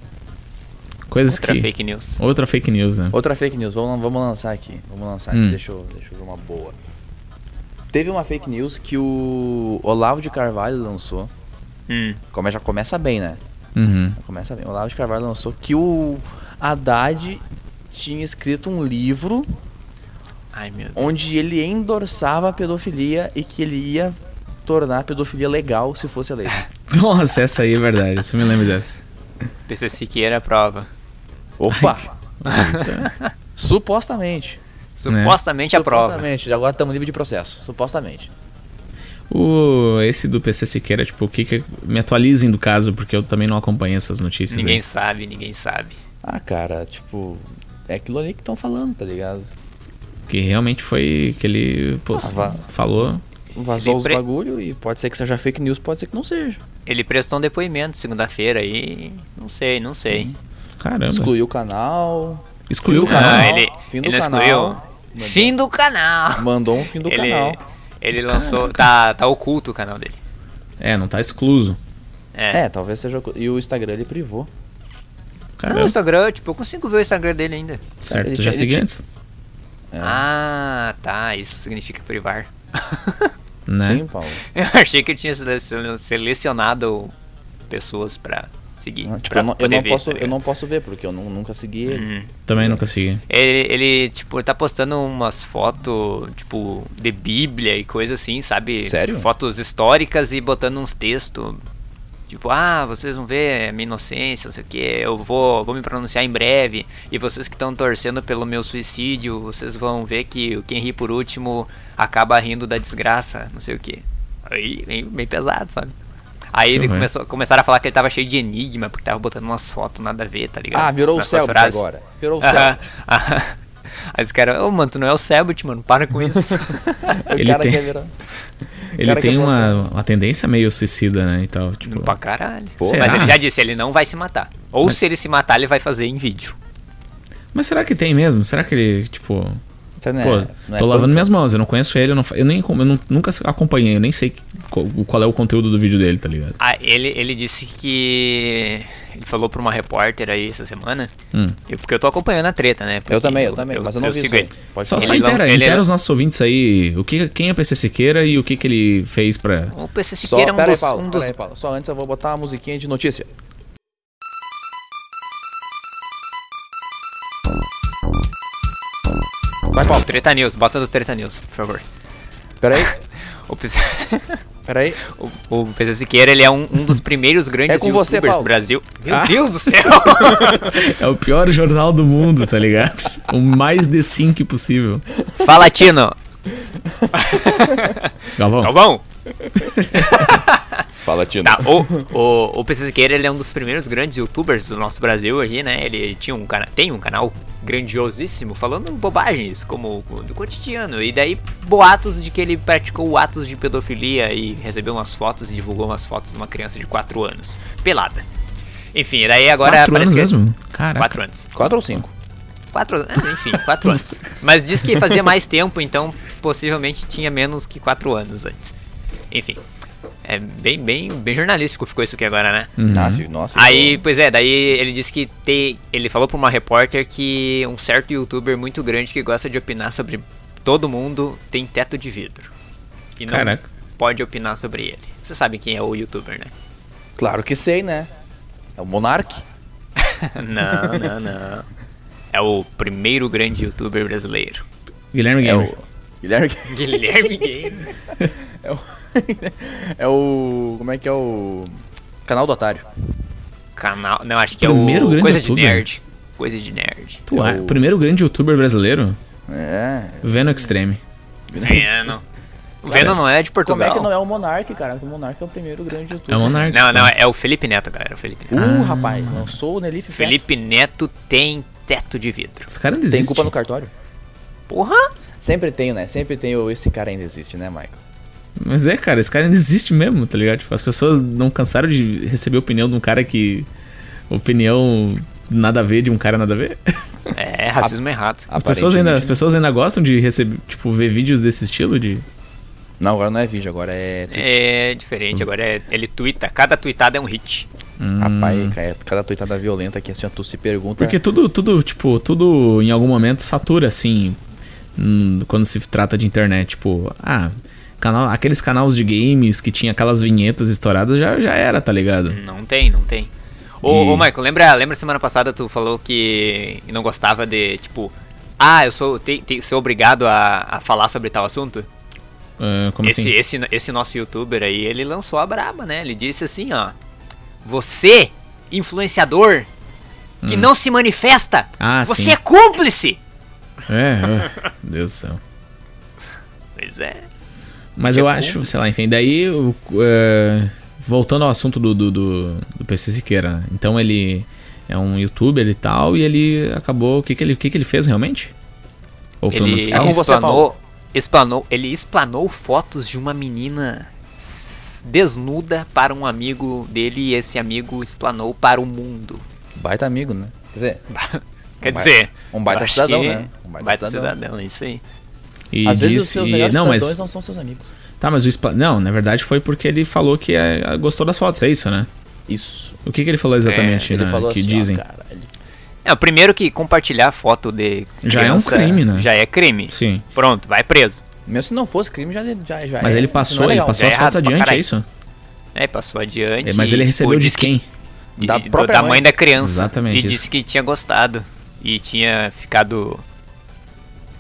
Speaker 3: Coisas
Speaker 2: Outra
Speaker 3: que.
Speaker 2: fake news.
Speaker 3: Outra fake news, né?
Speaker 1: Outra fake news, vamos, vamos lançar aqui. Vamos lançar aqui,
Speaker 3: Hum.
Speaker 1: deixa, eu, deixa eu ver uma boa. Teve uma fake news que o Olavo de Carvalho lançou.
Speaker 2: Hum.
Speaker 1: Come, já começa bem, né?
Speaker 3: Uhum.
Speaker 1: Começa bem. O Olavo de Carvalho lançou que o Haddad tinha escrito um livro
Speaker 2: Ai, meu Deus.
Speaker 1: onde ele endossava a pedofilia e que ele ia tornar a pedofilia legal se fosse a lei.
Speaker 3: Nossa, essa aí é verdade. Você me lembra dessa.
Speaker 2: PC Siqueira aprova.
Speaker 1: Opa! Supostamente.
Speaker 2: Supostamente aprova.
Speaker 1: É. Supostamente. Agora estamos livre de processo. Supostamente.
Speaker 3: O, esse do PC Siqueira, tipo, o que que. Me atualizem do caso, porque eu também não acompanho essas notícias.
Speaker 2: Ninguém
Speaker 3: aí.
Speaker 2: sabe, ninguém sabe.
Speaker 1: Ah, cara, tipo, é aquilo ali que estão falando, tá ligado?
Speaker 3: Que realmente foi que ele pô,
Speaker 1: Ah, vá.
Speaker 3: falou.
Speaker 1: Vazou
Speaker 2: Ele
Speaker 1: os
Speaker 2: pre-
Speaker 1: bagulho e pode ser que seja fake news, pode ser que não seja.
Speaker 2: Ele prestou um depoimento segunda-feira aí. Não sei, não sei.
Speaker 3: Caramba.
Speaker 1: Excluiu o canal.
Speaker 3: Excluiu o
Speaker 1: Fim do canal.
Speaker 3: canal.
Speaker 2: Ah, ele,
Speaker 1: Fim do
Speaker 2: ele não
Speaker 1: canal.
Speaker 2: excluiu. Fim do canal.
Speaker 1: Mandou um fim do
Speaker 2: ele,
Speaker 1: canal.
Speaker 2: ele lançou. Tá, tá oculto o canal dele.
Speaker 3: É, não tá excluso.
Speaker 2: É.
Speaker 1: É, talvez seja. co- E o Instagram ele privou.
Speaker 2: Não, o
Speaker 3: Caramba.
Speaker 2: Instagram, tipo, eu consigo ver o Instagram dele ainda.
Speaker 3: certo,
Speaker 1: Ele
Speaker 3: já
Speaker 1: tinha-
Speaker 3: segui
Speaker 1: ele
Speaker 3: antes.
Speaker 1: É.
Speaker 2: Ah, tá. Isso significa privar.
Speaker 3: Né?
Speaker 1: Sim, Paulo.
Speaker 2: Eu achei que eu tinha selecion- selecionado pessoas pra seguir.
Speaker 1: Não, tipo,
Speaker 2: pra
Speaker 1: eu não, eu
Speaker 2: poder
Speaker 1: não
Speaker 2: ver,
Speaker 1: posso,
Speaker 2: tá
Speaker 1: eu
Speaker 2: ligado?
Speaker 1: não posso ver, porque eu nu- nunca segui ele.
Speaker 2: Uhum.
Speaker 3: Também nunca segui.
Speaker 2: Ele, ele, tipo, tá postando umas fotos, tipo, de Bíblia e coisa assim, sabe?
Speaker 1: Sério?
Speaker 2: Fotos históricas e botando uns textos. Tipo, ah, vocês vão ver a minha inocência, não sei o que, eu vou, vou me pronunciar em breve. E vocês que estão torcendo pelo meu suicídio, vocês vão ver que quem ri por último acaba rindo da desgraça, não sei o que. Aí, bem, bem pesado, sabe? Aí
Speaker 3: Que
Speaker 2: ele
Speaker 3: ruim.
Speaker 2: começou, começaram a falar que ele tava cheio de enigma, porque tava botando umas fotos nada a ver, tá ligado?
Speaker 1: Ah, virou o
Speaker 2: Nas suas
Speaker 1: Selbit
Speaker 2: frases.
Speaker 1: agora. Virou o
Speaker 2: Aham.
Speaker 1: Selbit.
Speaker 2: Aham. Aí os caras, Ah, ô mano, tu não é o Selbit, mano, para com isso.
Speaker 1: O
Speaker 3: Ele
Speaker 1: cara
Speaker 3: tem-
Speaker 1: quer virar.
Speaker 3: Ele
Speaker 1: cara que
Speaker 3: tem
Speaker 1: é
Speaker 3: uma, uma tendência meio suicida, né? E tal. Tipo,
Speaker 2: Não pra caralho.
Speaker 3: Será?
Speaker 2: Mas ele já disse, ele não vai se matar. Ou se ele se matar, ele vai fazer em vídeo.
Speaker 3: Mas será que tem mesmo? Será que ele, tipo.
Speaker 1: Você não é-
Speaker 3: pô,
Speaker 1: não é
Speaker 3: tô lavando
Speaker 1: punk?
Speaker 3: minhas mãos, eu não conheço ele, eu, não, fa- eu nem com- eu nu- nunca acompanhei, eu nem sei qual, qual é o conteúdo do vídeo dele, tá ligado?
Speaker 2: Ah, ele, ele disse que. Ele falou pra uma repórter aí essa semana.
Speaker 3: Hum.
Speaker 2: Eu, porque eu tô acompanhando a treta, né? porque
Speaker 1: Eu também, eu também, mas eu não vi
Speaker 2: sigo
Speaker 1: isso. aí.
Speaker 2: ele.
Speaker 1: Pode
Speaker 3: Só,
Speaker 1: falar.
Speaker 3: só
Speaker 2: Ele não-
Speaker 3: intera,
Speaker 2: ele
Speaker 3: intera
Speaker 2: não-
Speaker 3: os nossos ouvintes aí. O que, quem é PC Siqueira e o que, que ele fez pra.
Speaker 2: O PC
Speaker 1: Só,
Speaker 2: Siqueira é um
Speaker 1: pera aí,
Speaker 2: dos.
Speaker 1: Paulo,
Speaker 2: um
Speaker 1: pera
Speaker 2: dos-
Speaker 1: aí, Paulo. Só antes eu vou botar uma musiquinha de notícia. Vai, Paulo.
Speaker 2: Treta News, bota do Treta News, por favor.
Speaker 1: Pera aí,
Speaker 2: O PC,
Speaker 1: pera aí.
Speaker 2: o, o PC Siqueira, ele é um, um dos primeiros grandes
Speaker 1: É com você,
Speaker 2: youtubers do
Speaker 1: Paulo.
Speaker 2: Brasil. Meu
Speaker 3: Ah.
Speaker 2: Deus do céu!
Speaker 3: É o pior jornal do mundo, tá ligado? o mais de sync possível.
Speaker 2: Fala, Tino! Tá
Speaker 3: Galvão,
Speaker 2: Calvão!
Speaker 1: Fala, Tino.
Speaker 2: Tá, o, o, o PC Siqueira ele é um dos primeiros grandes youtubers do nosso Brasil aqui, né? Ele tinha um cana tem um canal grandiosíssimo falando bobagens, como o do cotidiano. E daí, boatos de que ele praticou atos de pedofilia e recebeu umas fotos e divulgou umas fotos de uma criança de 4 anos, pelada. Enfim, e daí agora.
Speaker 3: quatro anos
Speaker 2: parece que-
Speaker 3: mesmo? Caraca.
Speaker 2: Quatro anos.
Speaker 1: 4 ou 5?
Speaker 2: Quatro anos, enfim, quatro anos. Mas diz que fazia mais tempo, então possivelmente tinha menos que quatro anos antes. Enfim, é bem, bem, bem jornalístico ficou isso aqui agora, né?
Speaker 1: Uhum. Ah, Nossa,
Speaker 2: Aí, pois é, daí ele disse que tem. Ele falou pra uma repórter que um certo youtuber muito grande que gosta de opinar sobre todo mundo tem teto de vidro. E não
Speaker 3: Caraca.
Speaker 2: pode opinar sobre ele. Você sabe quem é o youtuber, né?
Speaker 1: ficou- Claro que sei, né? É o Monark.
Speaker 2: não, não, não. É o primeiro grande youtuber brasileiro.
Speaker 3: Guilherme
Speaker 1: É
Speaker 3: Gamer.
Speaker 1: o... Guilherme...
Speaker 2: Guilherme Gamer.
Speaker 1: É o... é o... Como é que é o... Canal do Otário.
Speaker 2: Canal. Não, acho que é o
Speaker 3: Primeiro grande
Speaker 2: Coisa
Speaker 3: youtuber?
Speaker 2: de Nerd. coisa de nerd.
Speaker 3: Tu é o primeiro grande youtuber brasileiro?
Speaker 1: É.
Speaker 3: Veno Extreme.
Speaker 2: Veno. O Veno não é de
Speaker 1: Como
Speaker 2: Portugal.
Speaker 1: é que não é o Monark, cara? O Monark é o primeiro grande youtuber.
Speaker 3: É o Monark.
Speaker 2: Não, não, é o Felipe Neto, galera. O Felipe Neto.
Speaker 1: Uh, rapaz, lançou o Nelife Feto.
Speaker 2: Felipe Neto tem teto de vidro.
Speaker 3: Os caras não
Speaker 1: Tem
Speaker 3: desistem.
Speaker 1: culpa no cartório?
Speaker 2: Porra!
Speaker 1: Sempre tenho, né? Sempre tenho. Esse cara ainda existe, né, Michael?
Speaker 3: Mas é, cara, esse cara ainda existe mesmo, tá ligado? Tipo, as pessoas não cansaram de receber opinião de um cara que. Opinião nada a ver de um cara nada a ver.
Speaker 2: É, racismo errado.
Speaker 3: As pessoas, ainda, as
Speaker 1: Aparentemente.
Speaker 3: pessoas ainda gostam de receber, tipo, ver vídeos desse estilo de.
Speaker 1: Não, agora não é vídeo, agora é.
Speaker 2: É diferente, agora é, ele twitta, cada tweetada é um hit.
Speaker 3: Hum.
Speaker 1: Rapaz, é, cara, cada tuitada violenta aqui, assim, ó, tu se pergunta.
Speaker 3: Porque tudo, tudo, tipo, tudo em algum momento satura, assim, hum, quando se trata de internet, tipo, ah, canal, aqueles canais de games que tinha aquelas vinhetas estouradas já, já era, tá ligado?
Speaker 2: Não tem, não tem. Ô,
Speaker 3: E-
Speaker 2: ô Michael, lembra, lembra semana passada tu falou que não gostava de, tipo, ah, eu sou, te, te- sou obrigado a, a falar sobre tal assunto?
Speaker 3: Ah, como
Speaker 2: esse, é.
Speaker 3: assim?
Speaker 2: esse, esse nosso youtuber aí, ele lançou a braba, né? Ele disse assim, ó. Você, influenciador, que não se manifesta,
Speaker 3: Hum. Ah,
Speaker 2: você
Speaker 3: sim.
Speaker 2: é cúmplice!
Speaker 3: É, ah, Deus do céu.
Speaker 2: Pois é.
Speaker 3: Mas
Speaker 2: Que
Speaker 3: eu
Speaker 2: bom.
Speaker 3: acho, sei lá, enfim, daí o- é, voltando ao assunto do, do, do, do PC Siqueira, né? então ele é um youtuber e tal, e ele acabou. O que, que, ele, o que, que ele fez realmente? Ou pelo menos
Speaker 2: Ele é
Speaker 1: Tá com você,
Speaker 2: explanou,
Speaker 1: Paulo.
Speaker 2: explanou, ele explanou fotos de uma menina s- desnuda para um amigo dele e esse amigo explanou para o mundo.
Speaker 1: Baita amigo, né? Quer dizer,
Speaker 2: Quer
Speaker 1: Um
Speaker 2: dizer,
Speaker 1: um baita
Speaker 2: eu acho
Speaker 1: cidadão,
Speaker 2: que-
Speaker 1: né?
Speaker 2: Um
Speaker 1: Um
Speaker 2: baita,
Speaker 1: baita
Speaker 2: cidadão.
Speaker 1: cidadão.
Speaker 2: isso aí.
Speaker 3: E
Speaker 1: às vezes os
Speaker 3: disse-
Speaker 1: seus
Speaker 3: e-
Speaker 1: melhores
Speaker 3: não, mas
Speaker 1: cidadãos não são seus amigos.
Speaker 3: Tá, mas o Spa... Não, na verdade foi porque ele falou que é, gostou das fotos, é isso, né?
Speaker 1: Isso.
Speaker 3: O que, que ele falou exatamente,
Speaker 1: Ele
Speaker 3: né?
Speaker 1: falou
Speaker 3: que
Speaker 1: assim, ó,
Speaker 3: dizem.
Speaker 1: cara, ele-
Speaker 2: É, o primeiro que compartilhar foto de
Speaker 3: Já é um
Speaker 2: criança
Speaker 3: crime, né?
Speaker 2: Já é crime.
Speaker 3: Sim.
Speaker 2: Pronto, vai preso.
Speaker 1: Mesmo se não fosse crime, já, já, já
Speaker 3: Mas
Speaker 1: é-
Speaker 3: ele
Speaker 1: não
Speaker 3: passou,
Speaker 1: é
Speaker 3: ele
Speaker 1: legal.
Speaker 3: passou
Speaker 2: é
Speaker 3: as fotos
Speaker 2: errado pra
Speaker 3: adiante, é
Speaker 2: caralho.
Speaker 3: isso?
Speaker 2: É, passou adiante.
Speaker 3: É, mas ele
Speaker 2: e,
Speaker 3: recebeu
Speaker 2: pô,
Speaker 3: de
Speaker 2: disse que-
Speaker 3: quem?
Speaker 2: e-
Speaker 1: Da
Speaker 2: do-
Speaker 1: própria
Speaker 2: da
Speaker 1: mãe.
Speaker 2: mãe da criança.
Speaker 3: Exatamente,
Speaker 2: E
Speaker 3: isso.
Speaker 2: disse que tinha gostado. E tinha ficado.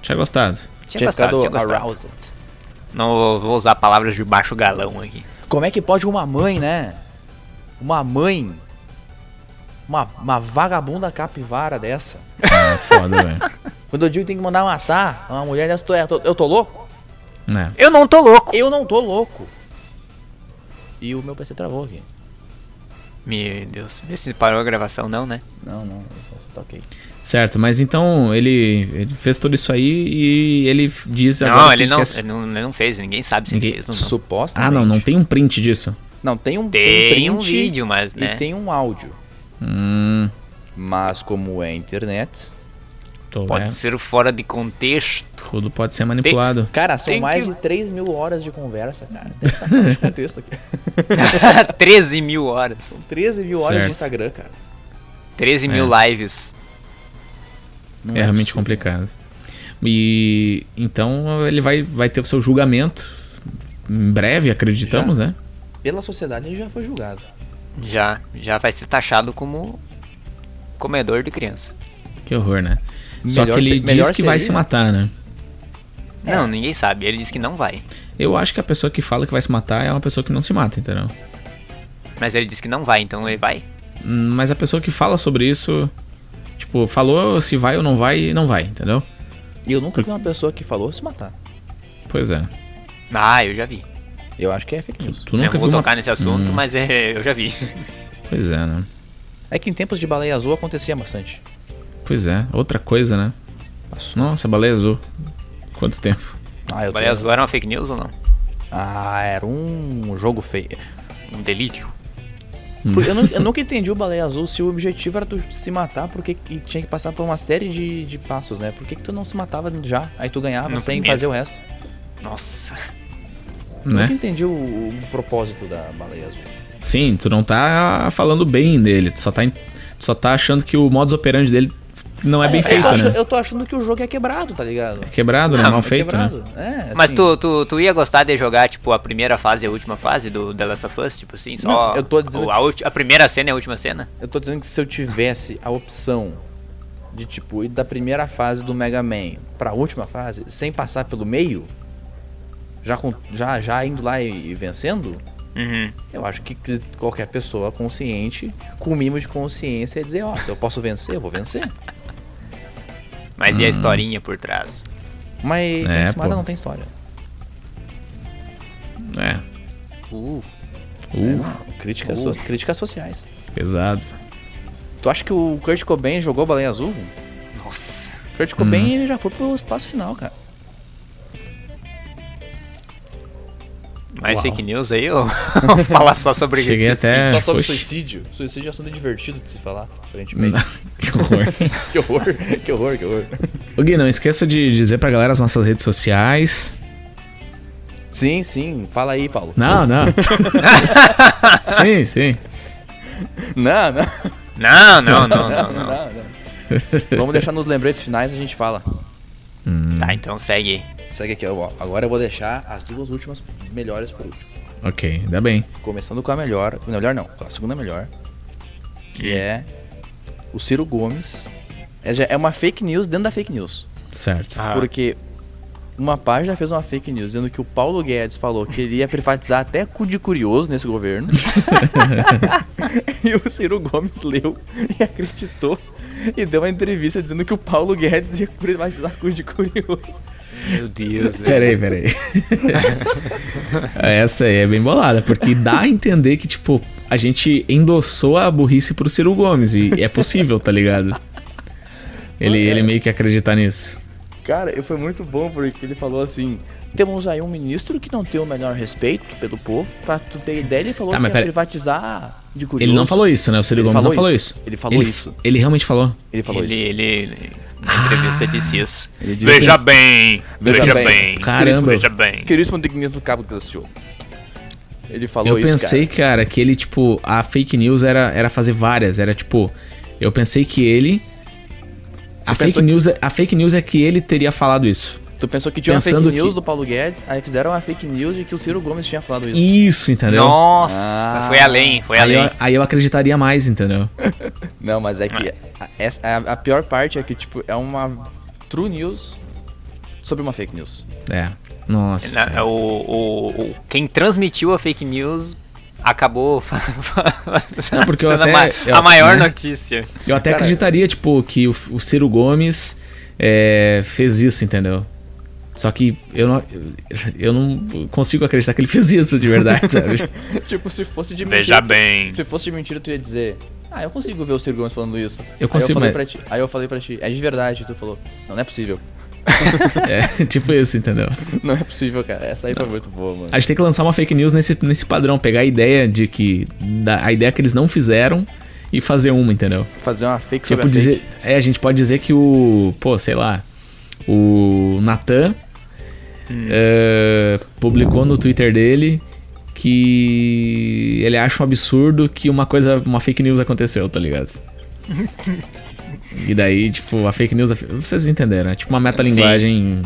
Speaker 3: Tinha gostado.
Speaker 2: Tinha,
Speaker 1: Tinha
Speaker 2: gostado,
Speaker 1: ficado
Speaker 2: tinha gostado.
Speaker 1: aroused.
Speaker 2: Não vou- vou usar palavras de baixo galão aqui.
Speaker 1: Como é que pode uma mãe, né? Uma mãe. Uma, uma vagabunda capivara dessa.
Speaker 3: É foda, velho.
Speaker 1: Quando eu digo que tem que mandar matar uma mulher dessa, eu tô- eu tô, eu tô louco?
Speaker 3: É.
Speaker 2: Eu não tô louco.
Speaker 1: Eu não tô louco. E o meu PC travou aqui.
Speaker 2: Meu Deus, vê se parou a gravação não, né?
Speaker 1: Não, não, eu tô ok.
Speaker 3: Certo, mas então ele, ele fez tudo isso aí e ele diz agora
Speaker 2: não,
Speaker 3: que
Speaker 2: ele não,
Speaker 1: é
Speaker 3: quer-
Speaker 2: ele não, ele não fez, ninguém sabe se
Speaker 3: Ninguém-
Speaker 2: ele fez ou não.
Speaker 1: Suposta.
Speaker 3: Ah, não, não tem um print disso.
Speaker 1: Não, tem um
Speaker 2: Tem
Speaker 1: tem
Speaker 2: um
Speaker 1: print
Speaker 2: vídeo, mas
Speaker 1: e
Speaker 2: né.
Speaker 1: tem um áudio.
Speaker 3: Hum,
Speaker 1: Mas como é internet.
Speaker 3: tô,
Speaker 2: Pode
Speaker 3: é,
Speaker 2: ser fora de contexto.
Speaker 3: tudo pode ser manipulado.
Speaker 1: Cara, são
Speaker 2: Tem
Speaker 1: mais
Speaker 2: que-
Speaker 1: de 3 mil horas de conversa, cara. Tem que sacar de contexto aqui.
Speaker 2: 13 mil horas.
Speaker 1: São 13 mil horas
Speaker 3: Certo.
Speaker 1: de Instagram, cara.
Speaker 2: 13 mil lives.
Speaker 1: Não
Speaker 3: É realmente
Speaker 1: possível.
Speaker 3: complicado. E então ele vai, vai ter o seu julgamento em breve, acreditamos, né?
Speaker 1: Pela sociedade ele já foi julgado.
Speaker 2: Já, já vai ser taxado como comedor de criança.
Speaker 3: Que horror, né? Só que
Speaker 1: Melhor
Speaker 3: ele
Speaker 1: se-
Speaker 3: diz
Speaker 1: melhor
Speaker 3: que vai
Speaker 1: seria.
Speaker 3: se matar, né?
Speaker 1: É.
Speaker 2: Não, ninguém sabe. Ele disse que não vai.
Speaker 3: Eu acho que a pessoa que fala que vai se matar é uma pessoa que não se mata, entendeu?
Speaker 2: Mas ele disse que não vai, então ele vai.
Speaker 3: Hum, Mas a pessoa que fala sobre isso, tipo, falou se vai ou não vai, não vai, entendeu?
Speaker 1: E eu nunca vi uma pessoa que falou se matar.
Speaker 3: Pois é.
Speaker 2: Ah, eu já vi.
Speaker 1: Eu acho que é fake news.
Speaker 3: Tu
Speaker 2: Não
Speaker 3: nunca
Speaker 2: vou
Speaker 3: viu uma...
Speaker 2: tocar nesse assunto,
Speaker 1: Hum.
Speaker 2: mas é, eu já vi.
Speaker 3: Pois é, né?
Speaker 1: É que em tempos de baleia azul acontecia bastante.
Speaker 3: Pois é, outra coisa, né? Nossa, baleia azul. Quanto tempo?
Speaker 1: Ah, eu tô-
Speaker 2: Baleia Azul era é uma fake news ou não?
Speaker 1: Ah, era um jogo feio.
Speaker 2: Um delírio.
Speaker 1: Por- Eu, nu- eu nunca entendi o Baleia Azul se o objetivo era tu se matar porque que tinha que passar por uma série de, de passos, né? Por que, que tu não se matava já? Aí tu ganhava
Speaker 2: No
Speaker 1: sem
Speaker 2: primeiro.
Speaker 1: fazer o resto.
Speaker 2: Nossa.
Speaker 1: Eu Nunca
Speaker 3: Né?
Speaker 1: entendi o, o propósito da Baleia Azul.
Speaker 3: Sim, tu não tá falando bem dele, tu só tá, em- tu só tá achando que o modus operandi dele não é bem
Speaker 1: eu, tô
Speaker 3: feito,
Speaker 1: achando,
Speaker 3: né?
Speaker 1: eu tô achando que o jogo é quebrado, tá ligado?
Speaker 3: Quebrado, né?
Speaker 2: Ah,
Speaker 3: Mal
Speaker 2: é
Speaker 3: feito, né?
Speaker 1: quebrado. É,
Speaker 2: Mas
Speaker 1: assim,
Speaker 2: tu, tu, tu ia gostar de jogar, tipo, a primeira fase e a última fase do The Last of Us? Tipo assim, só.
Speaker 1: Não, eu tô dizendo
Speaker 2: o- a,
Speaker 1: que-
Speaker 2: ulti- a primeira cena e a última cena?
Speaker 1: Eu tô dizendo que se eu tivesse a opção de, tipo, ir da primeira fase do Mega Man pra última fase, sem passar pelo meio, já, com- já, já indo lá e, e vencendo,
Speaker 2: Uhum.
Speaker 1: Eu acho que qualquer pessoa consciente, com o mínimo de consciência, é dizer, ó, se eu posso vencer, eu vou vencer.
Speaker 2: Mas
Speaker 1: Hum.
Speaker 2: e a historinha por trás?
Speaker 1: Mas
Speaker 3: É,
Speaker 1: mas
Speaker 3: pô.
Speaker 1: não tem história.
Speaker 3: É.
Speaker 2: Uh,
Speaker 3: Uh,
Speaker 1: É, Críticas, so- críticas sociais.
Speaker 3: pesado.
Speaker 1: Tu acha que o Kurt Cobain jogou baleia azul?
Speaker 2: nossa.
Speaker 1: Kurt Cobain
Speaker 3: Hum.
Speaker 1: ele já foi pro espaço final, cara.
Speaker 2: Mais
Speaker 3: Uau.
Speaker 2: fake news aí ou falar só sobre
Speaker 3: Cheguei
Speaker 2: esse-
Speaker 3: até- É,
Speaker 1: Só sobre
Speaker 3: poxa. Hum.
Speaker 1: suicídio. Suicídio é um assunto divertido de se falar, aparentemente.
Speaker 3: que horror.
Speaker 1: que horror, que horror, que horror.
Speaker 3: Ô Gui, não esqueça de dizer pra galera as nossas redes sociais.
Speaker 1: Sim, sim, fala aí, Paulo.
Speaker 3: Não, não. sim, sim.
Speaker 1: Não, não,
Speaker 2: Não, não, não, não,
Speaker 1: não,
Speaker 2: não.
Speaker 1: não, não. Vamos deixar nos lembretes finais e a gente fala.
Speaker 2: Tá, então segue aí.
Speaker 1: Segue aqui, ó. Agora eu vou deixar as duas últimas melhores por último.
Speaker 3: Ok, ainda bem.
Speaker 1: Começando com a melhor. não, Melhor não, com a segunda melhor. Que é o Ciro Gomes. É, já- é uma fake news dentro da fake news.
Speaker 3: Certo.
Speaker 2: Ah.
Speaker 1: Porque uma página fez uma fake news dizendo que o Paulo Guedes falou que ele ia privatizar até cu de curioso nesse governo. e o Ciro Gomes leu e acreditou. E deu uma entrevista dizendo que o Paulo Guedes ia privatizar cu de curioso.
Speaker 2: Meu Deus, velho.
Speaker 3: Peraí, peraí. Essa aí é bem bolada, porque dá a entender que, tipo, a gente endossou a burrice pro Ciro Gomes e é possível, tá ligado? Ele, ele meio que acreditar nisso.
Speaker 1: Cara, e foi muito bom porque ele falou assim: temos aí um ministro que não tem o menor respeito pelo povo. Pra tu ter ideia, ele falou
Speaker 3: Tá,
Speaker 1: que
Speaker 3: mas
Speaker 1: ia
Speaker 3: pera-
Speaker 1: privatizar de curioso.
Speaker 3: Ele não falou isso, né? O Ciro
Speaker 1: Ele
Speaker 3: Gomes não
Speaker 1: falou
Speaker 3: falou
Speaker 1: isso.
Speaker 3: isso.
Speaker 1: Ele falou isso.
Speaker 3: Ele realmente falou.
Speaker 1: Ele falou
Speaker 2: ele,
Speaker 1: isso.
Speaker 2: ele, ele- na
Speaker 3: Ah,
Speaker 2: entrevista disse isso.
Speaker 1: Ele disse
Speaker 2: veja
Speaker 1: isso.
Speaker 2: bem,
Speaker 1: Veja
Speaker 2: veja,
Speaker 1: bem.
Speaker 2: bem.
Speaker 3: Caramba.
Speaker 2: veja bem.
Speaker 1: Queríssimo digníssimo cabo do senhor. Ele falou
Speaker 3: eu
Speaker 1: isso.
Speaker 3: pensei, cara. que ele, tipo, a fake news era, era fazer várias. Era tipo, eu pensei que ele. A
Speaker 1: Tu
Speaker 3: fake,
Speaker 1: pensou
Speaker 3: news, é- a fake news é que ele teria falado isso.
Speaker 1: cara. Tu pensou que tinha uma
Speaker 3: Pensando
Speaker 1: fake news
Speaker 3: que-
Speaker 1: do Paulo Guedes, aí fizeram uma fake news de que o Ciro Gomes tinha falado isso.
Speaker 3: Isso, entendeu?
Speaker 2: Nossa,
Speaker 1: Ah.
Speaker 2: foi além, foi
Speaker 3: aí,
Speaker 2: além.
Speaker 3: eu, aí eu acreditaria mais, entendeu?
Speaker 1: Não, mas é que
Speaker 3: Ah.
Speaker 1: a, essa- a- a pior parte é que, tipo, é uma true news sobre uma fake news.
Speaker 3: É. Nossa.
Speaker 2: Na- é o, o- o- quem transmitiu a fake news acabou fa- fa-
Speaker 3: Não, porque eu
Speaker 2: sendo
Speaker 3: até-
Speaker 2: a, ma-
Speaker 3: eu-
Speaker 2: a maior
Speaker 3: né?
Speaker 2: notícia.
Speaker 3: Eu até
Speaker 1: Cara,
Speaker 3: acreditaria, tipo, que o, o Ciro Gomes é, fez isso, entendeu? Só que eu não, eu não consigo acreditar que ele fez isso de verdade, sabe?
Speaker 1: tipo, se fosse de mentira.
Speaker 2: Veja bem.
Speaker 1: Se fosse de mentira, tu ia dizer. Ah, eu consigo ver o Ciro Gomes falando isso.
Speaker 3: Eu consigo,
Speaker 1: aí eu falei
Speaker 3: mas-
Speaker 1: pra ti, Aí eu falei pra ti, é de verdade. E Tu falou, não, não é possível.
Speaker 3: É, tipo isso, entendeu?
Speaker 1: Não é possível, cara. Essa aí foi muito boa, mano.
Speaker 3: A gente tem que lançar uma fake news nesse, nesse padrão, pegar a ideia de que. da- a ideia que eles não fizeram e fazer uma, entendeu?
Speaker 1: Fazer uma fake sobre
Speaker 3: Tipo,
Speaker 1: a fake.
Speaker 3: dizer. É, a gente pode dizer que o. Pô, sei lá. O Natan
Speaker 1: Hum.
Speaker 3: é, publicou no Twitter dele que ele acha um absurdo que uma coisa, uma fake news aconteceu, tá ligado? e daí, tipo, a fake news, vocês entenderam, né? Tipo uma metalinguagem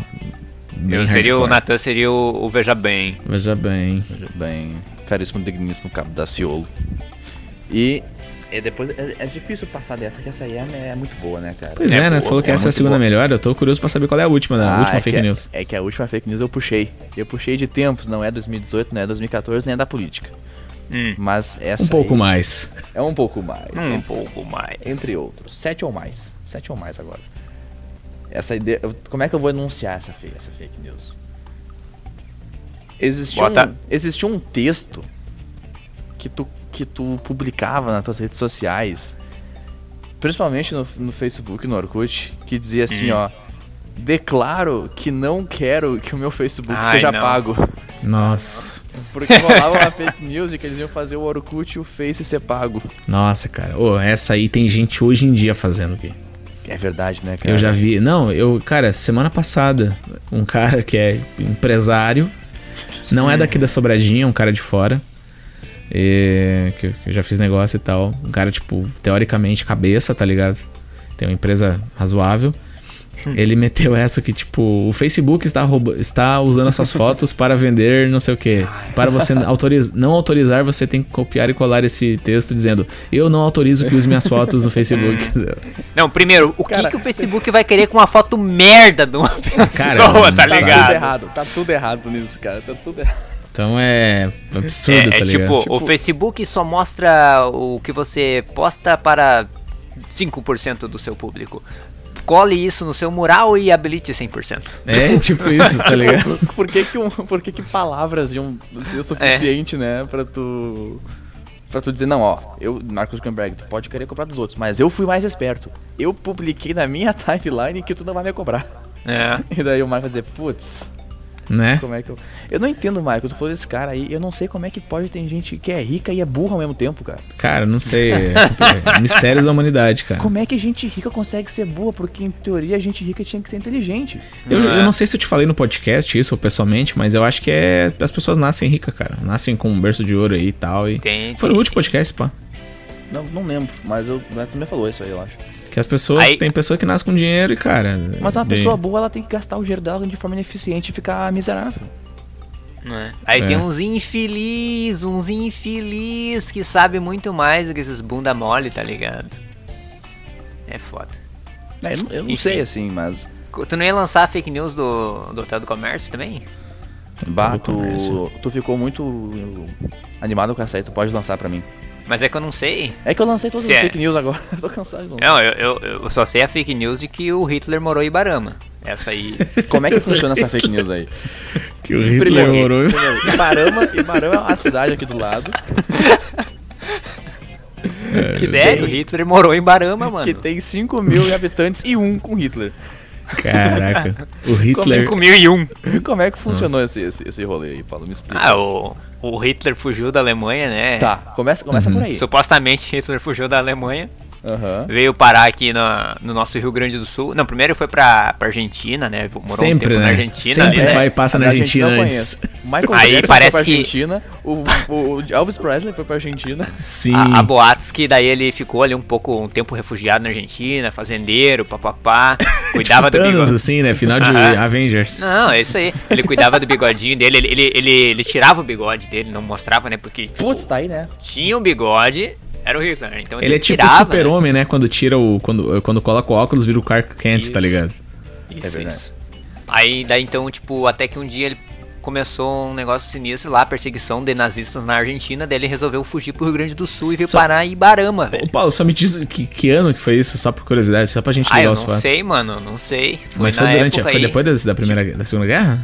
Speaker 3: bem
Speaker 2: Eu seria o
Speaker 3: hardcore.
Speaker 2: Natan seria o, o Veja Bem.
Speaker 3: Veja bem.
Speaker 1: Veja Bem, caríssimo, digníssimo cabo da Ciolo. E. É, depois, é, é difícil passar dessa, que essa aí é, é muito boa, né, cara?
Speaker 3: Pois é, né? Tu
Speaker 2: boa,
Speaker 3: falou que
Speaker 1: é
Speaker 3: essa é a
Speaker 1: muito
Speaker 3: segunda
Speaker 1: boa.
Speaker 3: melhor. Eu tô curioso pra saber qual é a última, né?
Speaker 1: Ah,
Speaker 3: a última
Speaker 1: é
Speaker 3: fake
Speaker 1: que-
Speaker 3: news.
Speaker 1: É que a última fake news eu puxei. Eu puxei de tempos, não é 2018, não é 2014, nem é da política.
Speaker 2: Hum.
Speaker 1: Mas essa.
Speaker 3: Um pouco
Speaker 1: aí
Speaker 3: mais.
Speaker 1: É um pouco mais.
Speaker 2: Um pouco mais.
Speaker 1: Entre outros. Sete ou mais. Sete ou mais agora. Essa ideia. eu- Como é que eu vou enunciar essa fake, essa fake news? Existia um,
Speaker 2: Bota.
Speaker 1: existia um texto que tu, que tu publicava nas tuas redes sociais, principalmente no, no Facebook, no Orkut, que dizia assim,
Speaker 2: Uhum.
Speaker 1: ó. Declaro que não quero que o meu Facebook
Speaker 2: Ai,
Speaker 1: seja
Speaker 2: não.
Speaker 1: pago.
Speaker 3: Nossa.
Speaker 1: Porque rolava uma fake news de que eles iam fazer o Orkut e o Face ser pago.
Speaker 3: Nossa, cara. Ô, essa aí tem gente hoje em dia fazendo, Gui.
Speaker 1: É verdade, né, cara?
Speaker 3: Eu já vi. Não, eu, cara, semana passada, um cara que é empresário, não é daqui da Sobradinha, é um cara de fora, é, que eu que eu já fiz negócio e tal. Um cara, tipo, teoricamente, cabeça, tá ligado? Tem uma empresa razoável. Ele meteu essa que, tipo, o Facebook está, rouba- está usando as suas fotos para vender não sei o quê. Para você autoriz- não autorizar, você tem que copiar e colar esse texto dizendo: Eu não autorizo que use minhas fotos no Facebook.
Speaker 2: Não, primeiro, o
Speaker 1: Cara,
Speaker 2: que, que o Facebook vai querer com uma foto merda de uma pessoa,
Speaker 3: Cara,
Speaker 2: tá
Speaker 1: Tá tudo
Speaker 2: ligado?
Speaker 1: errado, tá tudo errado nisso, cara. Tá tudo errado.
Speaker 3: Então é absurdo, é,
Speaker 2: tá
Speaker 3: é
Speaker 2: tipo, tipo, o Facebook só mostra o que você posta para 5% do seu público. Cole isso no seu mural e habilite 100%.
Speaker 3: É, tipo isso, tá ligado?
Speaker 1: por que que, um, por que que palavras de um seria suficiente, é. né, pra tu para tu dizer, não, ó, eu, Marcos Zuckerberg, tu pode querer cobrar dos outros, mas eu fui mais esperto. Eu publiquei na minha timeline que tu não vai me cobrar.
Speaker 2: É.
Speaker 1: E daí o Marcos vai dizer, putz,
Speaker 3: né?
Speaker 1: Como é que eu... eu não entendo, Michael. Tu falou desse cara aí. Eu não sei como é que pode ter gente que é rica e é burra ao mesmo tempo, cara.
Speaker 3: Cara, não sei. Mistérios da humanidade, cara.
Speaker 1: Como é que gente rica consegue ser burra? Porque, em teoria, a gente rica tinha que ser inteligente.
Speaker 3: Eu, é. eu não sei se eu te falei no podcast isso ou pessoalmente, mas eu acho que é. As pessoas nascem ricas, cara. Nascem com um berço de ouro aí e tal. E...
Speaker 2: Tem,
Speaker 3: Foi no último podcast, pá.
Speaker 1: Não, não lembro, mas eu, você me falou isso aí, eu acho.
Speaker 3: Que as pessoas. Aí... Tem pessoa que nasce com dinheiro e, cara.
Speaker 1: Mas uma de... pessoa boa, ela tem que gastar o dinheiro dela de forma ineficiente e ficar miserável.
Speaker 2: É. Aí é. tem uns infeliz, uns infeliz que sabe muito mais do que esses bunda mole, tá ligado? É foda.
Speaker 1: É, eu, eu não Enfim. sei assim, mas.
Speaker 2: Tu não ia lançar fake news do, do Hotel do Comércio também?
Speaker 3: tá
Speaker 1: Bah,
Speaker 3: né,
Speaker 1: tu, tu ficou muito animado com essa aí, tu pode lançar pra mim.
Speaker 2: Mas é que eu não sei.
Speaker 1: É que eu lancei todas as é. fake news agora. Eu tô cansado de
Speaker 2: novo. Não, eu, eu, eu, só sei a fake news de que o Hitler morou em Barama. Essa aí.
Speaker 1: Como é que funciona essa fake news aí?
Speaker 3: Que o Hitler primeiro, morou
Speaker 1: em Barama. Ibarama é uma cidade aqui do lado.
Speaker 2: É, Sério, tem... Hitler morou em Barama, mano.
Speaker 1: Que tem 5 mil habitantes e um com Hitler.
Speaker 3: Caraca, o Hitler.
Speaker 2: 5 mil e um.
Speaker 1: Como é que funcionou Nossa. esse, esse, esse rolê aí, Paulo? Me explica.
Speaker 2: Ah, o, o Hitler fugiu da Alemanha, né?
Speaker 1: Tá, começa, começa uhum. por aí.
Speaker 2: Supostamente Hitler fugiu da Alemanha.
Speaker 1: Uhum.
Speaker 2: Veio parar aqui na, no nosso Rio Grande do Sul. Não, primeiro foi pra, pra Argentina, né?
Speaker 3: Morou Sempre, um né? na
Speaker 2: Argentina.
Speaker 3: Sempre
Speaker 2: ali,
Speaker 3: vai né? passa na, na Argentina, Argentina antes.
Speaker 1: Michael Aí Jackson parece foi pra Argentina, que... o, o, Elvis Presley foi pra Argentina.
Speaker 3: Sim.
Speaker 2: A, a boatos que daí ele ficou ali um pouco, um tempo refugiado na Argentina, fazendeiro, papapá. Cuidava
Speaker 3: tipo
Speaker 2: do bigodinho.
Speaker 3: assim, né? Final de uhum. Avengers.
Speaker 2: Não, é isso aí. Ele cuidava do bigodinho dele, ele, ele, ele, ele tirava o bigode dele, não mostrava, né? Porque. Tipo,
Speaker 1: Putz, tá aí, né?
Speaker 2: Tinha um bigode, era o Hitler. Então
Speaker 3: ele, ele é tipo
Speaker 2: tirava,
Speaker 3: super-homem, né? né? Quando tira o. Quando, quando coloca o óculos, vira o Clark Kent, isso. tá ligado?
Speaker 2: Isso, é isso. Aí daí então, tipo, até que um dia ele começou um negócio sinistro lá, perseguição de nazistas na Argentina, daí ele resolveu fugir pro Rio Grande do Sul e veio só... parar em Barama, velho. Ô,
Speaker 3: Paulo, só me diz que, que, ano que foi isso, só por curiosidade, só pra gente ligar
Speaker 2: ah,
Speaker 3: os fatos.
Speaker 2: Eu não sei, mano, não sei.
Speaker 3: Foi Mas foi durante, foi aí... depois da, da primeira, da segunda guerra?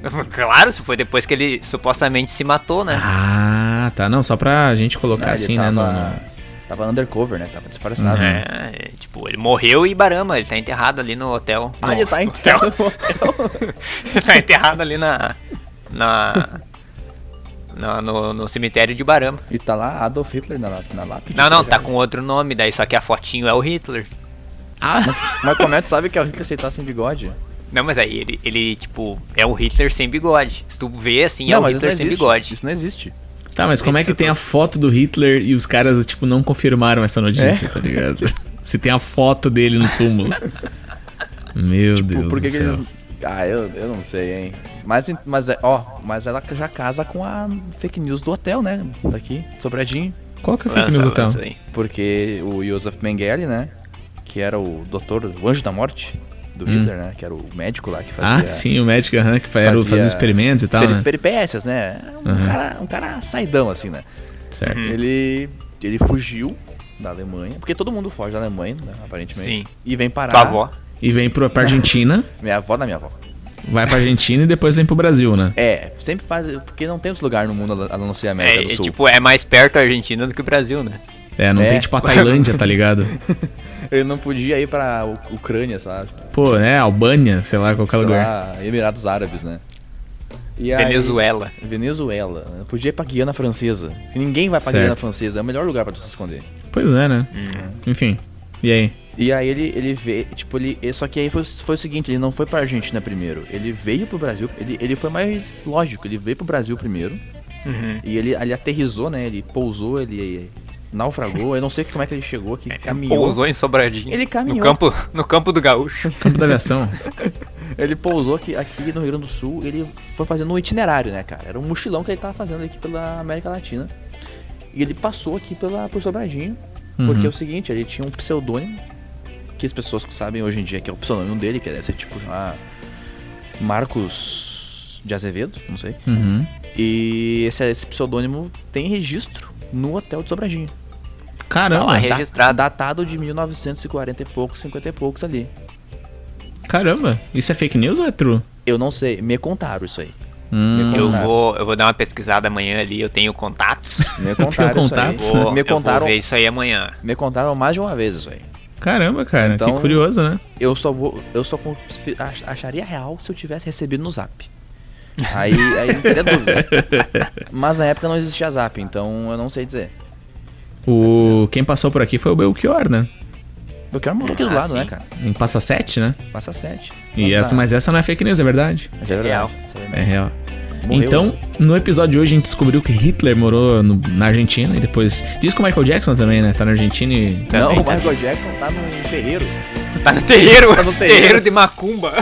Speaker 2: Claro, isso foi depois que ele supostamente se matou, né?
Speaker 3: Ah, tá. Não, só pra gente colocar não, assim,
Speaker 1: tava,
Speaker 3: né?
Speaker 1: No... Tava undercover, né? Tava disfarçado. Uhum. Né?
Speaker 2: É, tipo, ele morreu em Barama, ele tá enterrado ali no hotel.
Speaker 1: Ah, ele tá enterrado no hotel?
Speaker 2: ele tá enterrado ali na. na. na no, no, cemitério de Barama.
Speaker 1: E tá lá Adolf Hitler na, na lápide?
Speaker 2: Não, não, tá com outro nome, daí só que a fotinho é o Hitler.
Speaker 1: Ah! Mas, mas como é que sabe que é o Hitler aceitar sem bigode?
Speaker 2: Não, mas aí ele, ele, tipo, é um Hitler sem bigode. Se tu vê assim, não, é um Hitler sem bigode.
Speaker 1: Isso não existe.
Speaker 3: Tá, mas como Esse é que tem a foto do Hitler e os caras, tipo, não confirmaram essa notícia, é? tá ligado? Se tem a foto dele no túmulo. Meu tipo, Deus por que do céu. Que eles...
Speaker 1: Ah, eu, eu não sei, hein. Mas, mas, é, ó, mas ela já casa com a fake news do hotel, né? Daqui, sobradinho.
Speaker 3: Qual que é a fake news do hotel?
Speaker 1: Porque o Joseph Mengele, né? Que era o doutor, o anjo da morte, do hum. Hitler, né? Que era o médico lá que fazia.
Speaker 3: Ah, sim, o médico uhum, que fazia, fazia, fazia experimentos e tal.
Speaker 1: Peri
Speaker 3: né?
Speaker 1: Peripécias, né? Um, uhum. cara, um cara saidão, assim, né?
Speaker 3: Certo.
Speaker 2: Hum.
Speaker 1: Ele, ele fugiu da Alemanha, porque todo mundo foge da Alemanha, né, aparentemente. Sim. E vem parar.
Speaker 2: Tua avó.
Speaker 3: E vem pra, pra Argentina.
Speaker 1: minha avó da minha avó.
Speaker 3: Vai pra Argentina e depois vem pro Brasil, né?
Speaker 1: É, sempre faz. Porque não tem outro lugar no mundo a não ser a América
Speaker 2: é,
Speaker 1: do Sul.
Speaker 2: É, tipo, é mais perto a Argentina do que o Brasil, né?
Speaker 3: É, não é. tem tipo a Tailândia, tá ligado?
Speaker 1: Ele não podia ir pra Ucrânia, sabe?
Speaker 3: Pô, é, Albânia, sei lá, qualquer sei lugar. Lá,
Speaker 1: Emirados Árabes, né?
Speaker 2: E Venezuela.
Speaker 1: Aí, Venezuela. Eu podia ir pra Guiana Francesa. Ninguém vai pra certo. Guiana Francesa, é o melhor lugar pra tu se esconder.
Speaker 3: Pois é, né? Uhum. Enfim, e aí?
Speaker 1: E aí ele, ele vê, tipo, ele. Só que aí foi, foi o seguinte, ele não foi pra Argentina primeiro. Ele veio pro Brasil. Ele, ele foi mais lógico, ele veio pro Brasil primeiro.
Speaker 2: Uhum.
Speaker 1: E ele, ele aterrizou, né? Ele pousou, ele naufragou, eu não sei como é que ele chegou aqui, caminhou.
Speaker 2: Pousou em Sobradinho.
Speaker 1: Ele caminhou.
Speaker 2: No campo, no campo do Gaúcho.
Speaker 3: Campo da aviação.
Speaker 1: ele pousou aqui, aqui no Rio Grande do Sul, ele foi fazendo um itinerário, né, cara? Era um mochilão que ele tava fazendo aqui pela América Latina. E ele passou aqui pela, por Sobradinho, uhum. porque é o seguinte, ele tinha um pseudônimo, que as pessoas sabem hoje em dia que é o pseudônimo dele, que deve ser tipo, sei lá, Marcos... de Azevedo, não sei.
Speaker 3: Uhum.
Speaker 1: E esse, esse pseudônimo tem registro no hotel de Sobradinho.
Speaker 3: Caramba,
Speaker 2: Tá lá, Registrado.
Speaker 1: Da- Datado de 1940 e poucos, 50 e poucos ali.
Speaker 3: caramba. Isso é fake news ou é true?
Speaker 1: Eu não sei, me contaram isso aí.
Speaker 3: Hum,
Speaker 2: Eu
Speaker 1: Contato.
Speaker 2: vou, eu vou dar uma pesquisada amanhã ali, eu tenho contatos.
Speaker 1: Me contaram isso aí.
Speaker 3: contatos? Vou-
Speaker 1: me
Speaker 2: né? eu
Speaker 1: contaram,
Speaker 2: vou ver isso aí amanhã.
Speaker 1: me contaram mais de uma vez isso aí.
Speaker 3: caramba, cara.
Speaker 1: Então-
Speaker 3: Que curioso, né?
Speaker 1: Eu só vou, eu só con- ach- acharia real se eu tivesse recebido no Zap. Aí, aí não teria dúvida. Mas na época não existia Zap, então eu não sei dizer.
Speaker 3: O, quem passou por aqui foi o Belchior, né?
Speaker 1: Eu quero morar aqui do
Speaker 2: Ah,
Speaker 1: lado,
Speaker 2: sim.
Speaker 1: né, cara?
Speaker 3: Em Passa 7, né?
Speaker 1: Passa sete.
Speaker 3: E
Speaker 1: Então
Speaker 3: essa,
Speaker 1: tá.
Speaker 3: mas essa não é fake news, é verdade.
Speaker 1: Mas é verdade. Essa é
Speaker 3: É
Speaker 1: verdade.
Speaker 3: real.
Speaker 1: Morreu.
Speaker 3: Então, no episódio de hoje a gente descobriu que Hitler morou no- na Argentina e depois. Diz que o Michael Jackson também, né? Tá na Argentina e.
Speaker 1: Não, o
Speaker 2: Também,
Speaker 1: Michael Jackson tá no terreiro.
Speaker 2: Tá no terreiro,
Speaker 1: no terreiro.
Speaker 2: terreiro de macumba.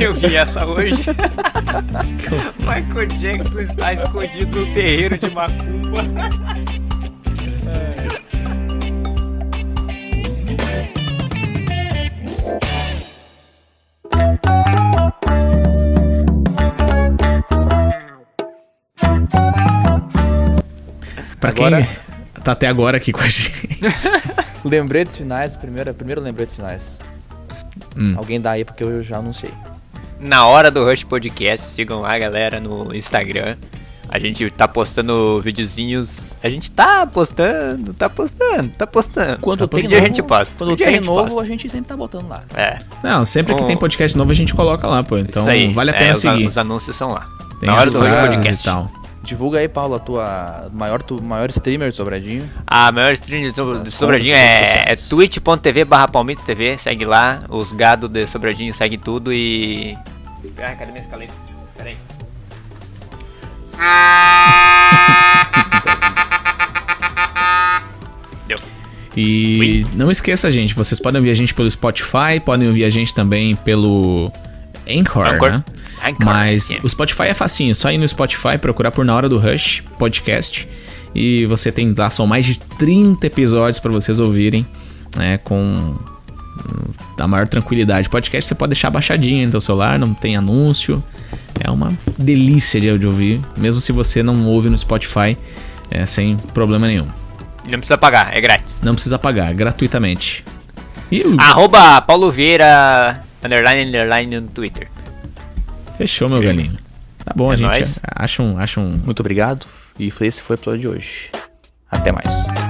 Speaker 2: eu vi essa hoje. Michael Jackson está escondido no terreiro de macumba.
Speaker 3: Pra
Speaker 1: Agora-
Speaker 3: quem tá até agora aqui com a gente.
Speaker 1: Lembretes finais, primeiro, primeiro lembretes finais.
Speaker 3: Hum.
Speaker 1: Alguém dá aí porque eu já anunciei.
Speaker 2: Na hora do Rush Podcast, sigam lá, galera, no Instagram. A gente tá postando videozinhos. A gente tá postando, tá postando, tá postando.
Speaker 1: Quando
Speaker 2: tá
Speaker 1: tem
Speaker 2: postando. Um dia a
Speaker 1: novo-
Speaker 2: gente posta. um
Speaker 1: Quando
Speaker 2: dia a
Speaker 1: tem
Speaker 2: gente
Speaker 1: novo,
Speaker 2: posta.
Speaker 1: a gente sempre tá botando lá.
Speaker 2: É,
Speaker 3: Não, sempre que
Speaker 2: Bom,
Speaker 3: tem podcast novo a gente coloca lá, pô. Então
Speaker 2: isso aí.
Speaker 3: vale a
Speaker 2: É,
Speaker 3: pena
Speaker 2: os an-
Speaker 3: seguir.
Speaker 2: Os anúncios são lá.
Speaker 3: Tem
Speaker 2: Na hora
Speaker 3: as
Speaker 2: do Rush
Speaker 3: frases
Speaker 2: Podcast.
Speaker 3: e tal.
Speaker 1: Divulga aí, Paulo, a tua maior, tu, maior streamer de Sobradinho.
Speaker 2: A maior stream de, so- de
Speaker 1: As
Speaker 2: Sobradinho
Speaker 1: contas de
Speaker 2: é, é
Speaker 1: redes sociais.
Speaker 2: twitch.tv barra palmito TV, segue lá, os gado de Sobradinho seguem tudo e... Ah, cadê minha escaleta? Pera aí.
Speaker 3: E não esqueça, gente, vocês podem ouvir a gente pelo Spotify, podem ouvir a gente também pelo Anchor,
Speaker 2: Anchor.
Speaker 3: né?
Speaker 2: Anchor,
Speaker 3: Mas
Speaker 2: yeah.
Speaker 3: o Spotify é facinho, só ir no Spotify, procurar por Na Hora do Rush podcast e você tem lá, são mais de 30 episódios pra vocês ouvirem, né, com hum, a maior tranquilidade. Podcast você pode deixar baixadinho no seu celular, não tem anúncio, é uma delícia de de ouvir, mesmo se você não ouve no Spotify, é, sem problema nenhum.
Speaker 2: Não precisa pagar, é grátis.
Speaker 3: Não precisa pagar, gratuitamente. E o-
Speaker 2: Arroba Paulo Vieira, underline, underline no Twitter.
Speaker 3: fechou, meu galinho. Tá bom,
Speaker 2: É
Speaker 3: a gente
Speaker 2: nóis.
Speaker 3: acha um, acha um
Speaker 1: Muito obrigado. E foi, esse foi o episódio de hoje. Até mais.